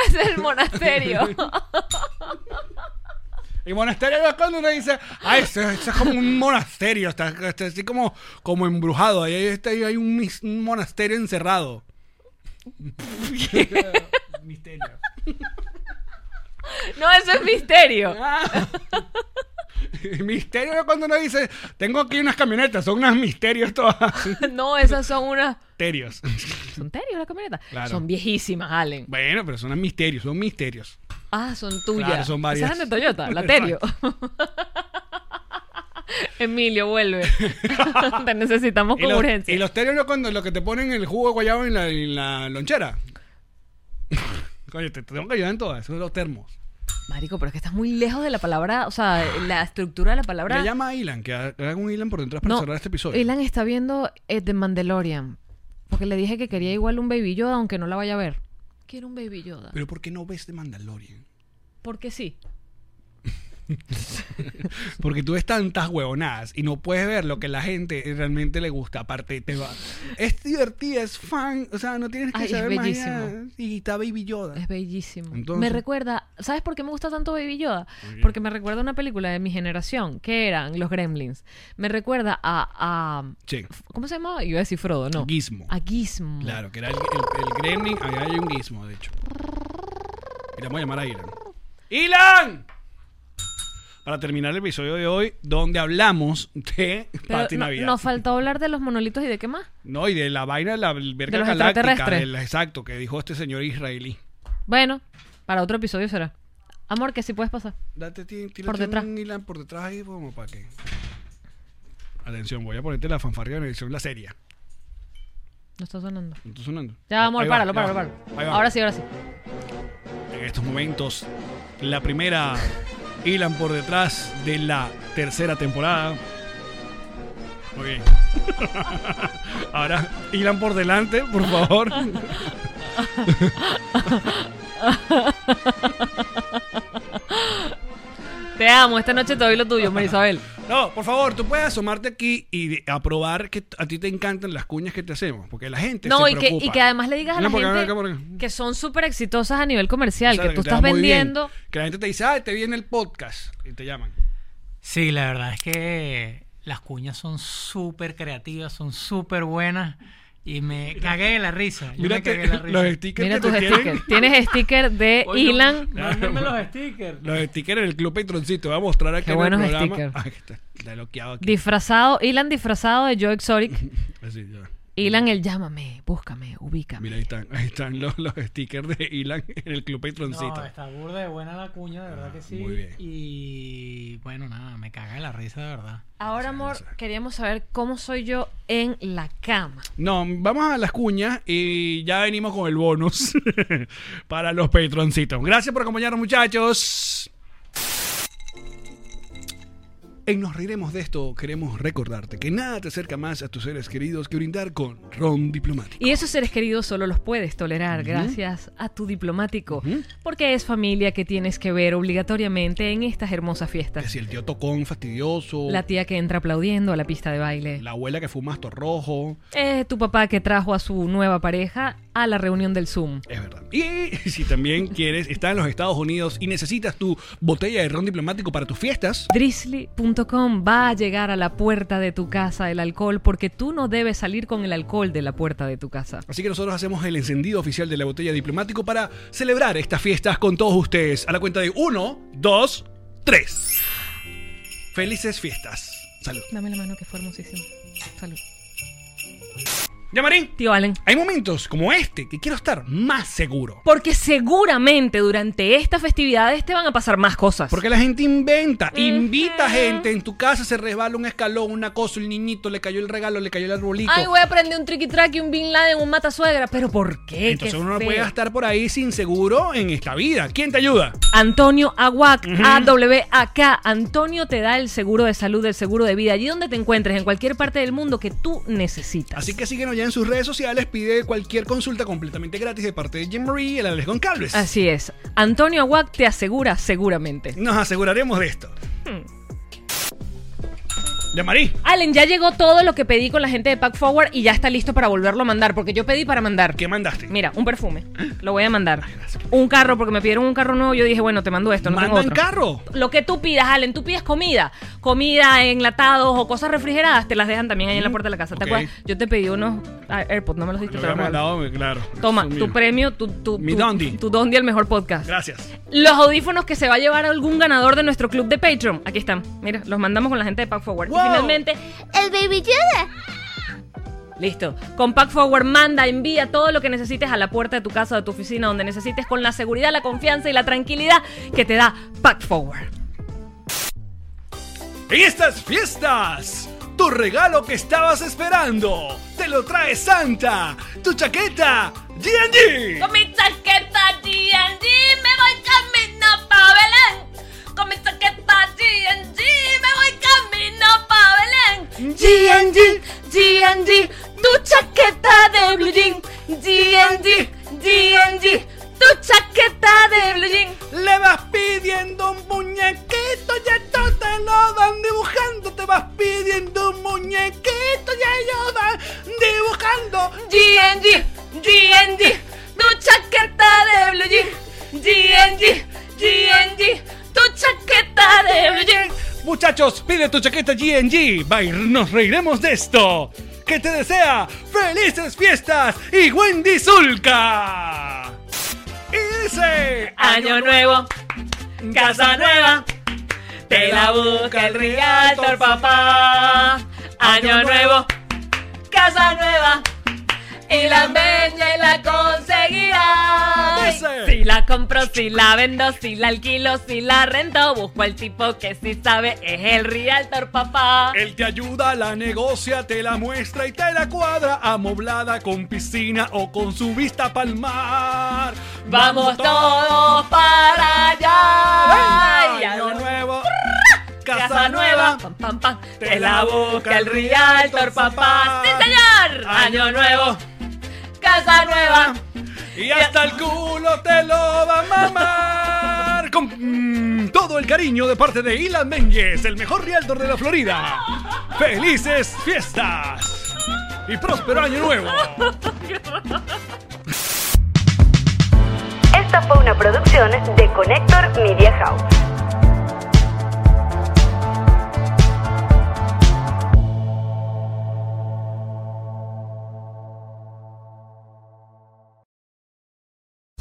Ese es el monasterio. El monasterio no es cuando uno dice, ay, eso, eso es como un monasterio, está, está así como, como embrujado. Ahí está, ahí hay un, mis- un monasterio encerrado. Misterio. No, eso es misterio. Ah. Misterio es cuando uno dice, tengo aquí unas camionetas, son unas misterios todas. No, esas son unas. Misterios. ¿Son terios las camionetas? Claro. Son viejísimas, Allen. Bueno, pero son unas misterios, son misterios. Ah, son tuyas. Claro, son varias. Esas eran de Toyota, la terio. Emilio, vuelve. Te necesitamos Y con los, urgencia. y los terios no es cuando lo que te ponen el jugo de guayaba en la, en la lonchera. Coño, te, te tengo que ayudar en todas, esos son los termos. Marico, pero es que estás muy lejos de la palabra, o sea, la estructura de la palabra. Le llama a Ilan, que ha- haga un Ilan por detrás para No, cerrar este episodio. Ilan está viendo eh, The Mandalorian. Porque le dije que quería igual un Baby Yoda, aunque no la vaya a ver. Quiero un Baby Yoda. Pero ¿por qué no ves de Mandalorian? Porque sí. Porque tú ves tantas huevonadas y no puedes ver lo que la gente realmente le gusta. Aparte, te va. Es divertida, es fan. O sea, no tienes que Ay, es saber más allá. bellísimo. Y está Baby Yoda. Es bellísimo. Entonces- me recuerda, ¿sabes por qué me gusta tanto Baby Yoda? bien. Porque me recuerda a una película de mi generación, que eran Los Gremlins. Me recuerda a, a- Sí. ¿cómo se llamaba? Iba a decir Frodo, no. Gizmo. A Gizmo. Claro, que era el, el, el gremlin. Allá hay un guismo, de hecho. Mira, vamos a llamar a Ilan. ¡Ilan! Para terminar el episodio de hoy, donde hablamos de Pero Pati no- Navidad. nos faltó hablar de los monolitos y de qué más. No, y de la vaina de la verga De los galáctica. extraterrestres. del- exacto, que dijo este señor israelí. Bueno, para otro episodio será. Amor, que si puedes pasar. Date, tí- tírate Por detrás. un Ilan por detrás ahí, como para que. Atención, voy a ponerte la fanfarria en edición la serie. No está sonando. ¿No está sonando? Ya, Ahí- amor, ahí va, páralo, ya páralo, va. páralo. Ahí va. Ahora sí, ahora sí. En estos momentos, la primera Ilan por detrás de la tercera temporada. Muy bien. Ahora, Ilan por delante, por favor. Te amo, esta noche te doy lo tuyo, Marisabel. No, por favor, tú puedes asomarte aquí y de- aprobar que t- a ti te encantan las cuñas que te hacemos, porque la gente No, se y que, preocupa. y que además le digas a No, la porque- gente porque- porque- que son súper exitosas a nivel comercial, O sea, que tú te estás va muy bien. vendiendo. Que la gente te dice, ah, te viene el podcast. Y te llaman. Sí, la verdad es que las cuñas son súper creativas, son súper buenas y me cagué de la risa. Yo me cagué Mírate de la los risa. stickers Mira que tus te tienen. stickers. Tienes sticker de Oye, Eh, Ilan. Mándenme los stickers. Los stickers en el Club Patroncito. Voy a mostrar aquí Qué en buenos el programa. stickers. Ay, está, está bloqueado aquí. Disfrazado, Ilan disfrazado de Joe Exotic. Así, ya. Ilan, el llámame, búscame, Mira, ubícame. ahí están, ahí están los, los stickers de Ilan en el Club Patroncito. No, está burda de buena la cuña, de verdad que sí. Ah, muy bien. Y bueno, nada, me cagué de la risa, de verdad. Ahora, amor, Esa, esa. queríamos saber cómo soy yo en la cama. No, vamos a las cuñas y ya venimos con el bonus para los patroncitos. Gracias por acompañarnos, muchachos. En Nos Reiremos de Esto queremos recordarte que nada te acerca más a tus seres queridos que brindar con Ron Diplomático. Y esos seres queridos solo los puedes tolerar gracias a tu diplomático, porque es familia que tienes que ver obligatoriamente en estas hermosas Que fiestas. si el tío tocón fastidioso, La la, tía que entra aplaudiendo a la pista de baile. abuela que fuma astor rojo, Eh, tu papá que trajo a su nueva pareja a la reunión del Zoom. Es verdad. Y si también quieres, estás en los Estados Unidos y necesitas tu botella de ron diplomático para tus fiestas. Drizzly.com va a llegar a la puerta de tu casa el alcohol porque tú no debes salir con el alcohol de la puerta de tu casa. Así que nosotros hacemos el encendido oficial de la botella diplomático para celebrar estas fiestas con todos ustedes. A la cuenta de 1, 2, 3. Felices fiestas. Salud. Dame la mano que fue hermosísimo. Salud. Yamarín, Tío Allen. hay momentos como este que quiero estar más seguro. Porque seguramente durante estas festividades te van a pasar más cosas. Porque la gente inventa, invita gente, en tu casa se resbala un escalón, una cosa, el niñito le cayó el regalo, le cayó el arbolito. Ay, voy a aprender un tricky track y un Bin Laden, un matasuegra. ¿Pero por qué? Entonces Qué uno no feo. puede gastar por ahí sin seguro en esta vida. ¿Quién te ayuda? Antonio Aguac, AWAK. Antonio te da el seguro de salud, el seguro de vida, allí donde te encuentres, en cualquier parte del mundo que tú necesitas. Así que síguenos ya en sus redes sociales, pide cualquier consulta completamente gratis de parte de Jim Marie y el Alex Goncalves. Así es. Antonio Aguac te asegura seguramente. Nos aseguraremos de esto. Hmm. Yamarí, Allen, ya llegó todo lo que pedí con la gente de Pack Forward y ya está listo para volverlo a mandar, porque yo pedí para mandar. ¿qué mandaste? Mira, un perfume. Lo voy a mandar. Un carro, porque me pidieron un carro nuevo. Yo dije, bueno, te mando esto, no tengo ¿Mandan otro. carro? Lo que tú pidas, Allen, tú pides comida. Comida, enlatados o cosas refrigeradas, te las dejan también ahí en la puerta de la casa. ¿Te Ok. acuerdas? Yo te pedí unos ah, AirPods, no me los diste. Lo te los había regalo. mandado, claro. Toma, Eso tu mismo. premio, tu, tu, Mi tu- Dondi. tu Dondi, el mejor podcast. Gracias. Los audífonos que se va a llevar algún ganador de nuestro club de Patreon. Aquí están. Mira, los mandamos con la gente de Pack Forward. Wow. Y finalmente, El Baby Yoda. listo. Con Pack Forward manda, envía todo lo que necesites a la puerta de tu casa o de tu oficina, donde necesites, con la seguridad, la confianza y la tranquilidad que te da Pack Forward. En estas fiestas, tu regalo que estabas esperando, te lo trae Santa, tu chaqueta, GG. Con mi chaqueta G&G me voy camino pa' Belén. Con mi chaqueta G&G me voy camino pa' Belén. G&G, G&G, tu chaqueta de blue jean. G&G, G&G, tu chaqueta de blue jean. Le vas pidiendo un muñequito, ya todos te lo van dibujando. Te vas pidiendo un muñequito, ya ellos van dibujando. GNG, GNG, tu chaqueta de blue jean. GNG, GNG, tu chaqueta de blue jean. Muchachos, pide tu chaqueta GNG. Bye, nos reiremos de esto. Que te desea felices fiestas y Wendy Zulka. Y dice: Año nuevo, casa nueva, te la busca el Realtor, papá. Año nuevo, casa nueva, y la bella y la conseguirá. Dice. Si la compro, si la vendo, si la alquilo, si la rento, busco el tipo que sí sabe, es el Realtor, papá. Él te ayuda, la negocia, te la muestra y te la cuadra, amoblada con piscina o con su vista pa'l mar. Vamos todos para allá. Y Ay, año ahora- nuevo, Casa nueva, pam pam pam, te la busca el Realtor, papá. ¡Sí, señor! Año nuevo, casa nueva, Y hasta el culo te lo va a mamar. Con mm, todo el cariño de parte de Ilan Menges, el mejor realtor de la Florida. ¡Felices fiestas! Y próspero año nuevo. Esta fue una producción de Connector Media House.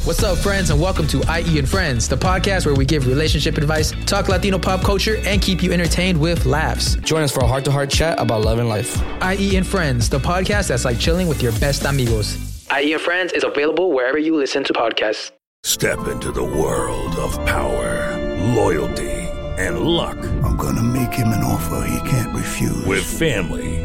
What's up, friends, and welcome to IE and Friends, the podcast where we give relationship advice, talk Latino pop culture, and keep you entertained with laughs. Join us for a heart to heart chat about love and life. IE and Friends, the podcast that's like chilling with your best amigos. IE E and Friends is available wherever you listen to podcasts. Step into the world of power, loyalty, and luck I'm gonna make him an offer he can't refuse. with family,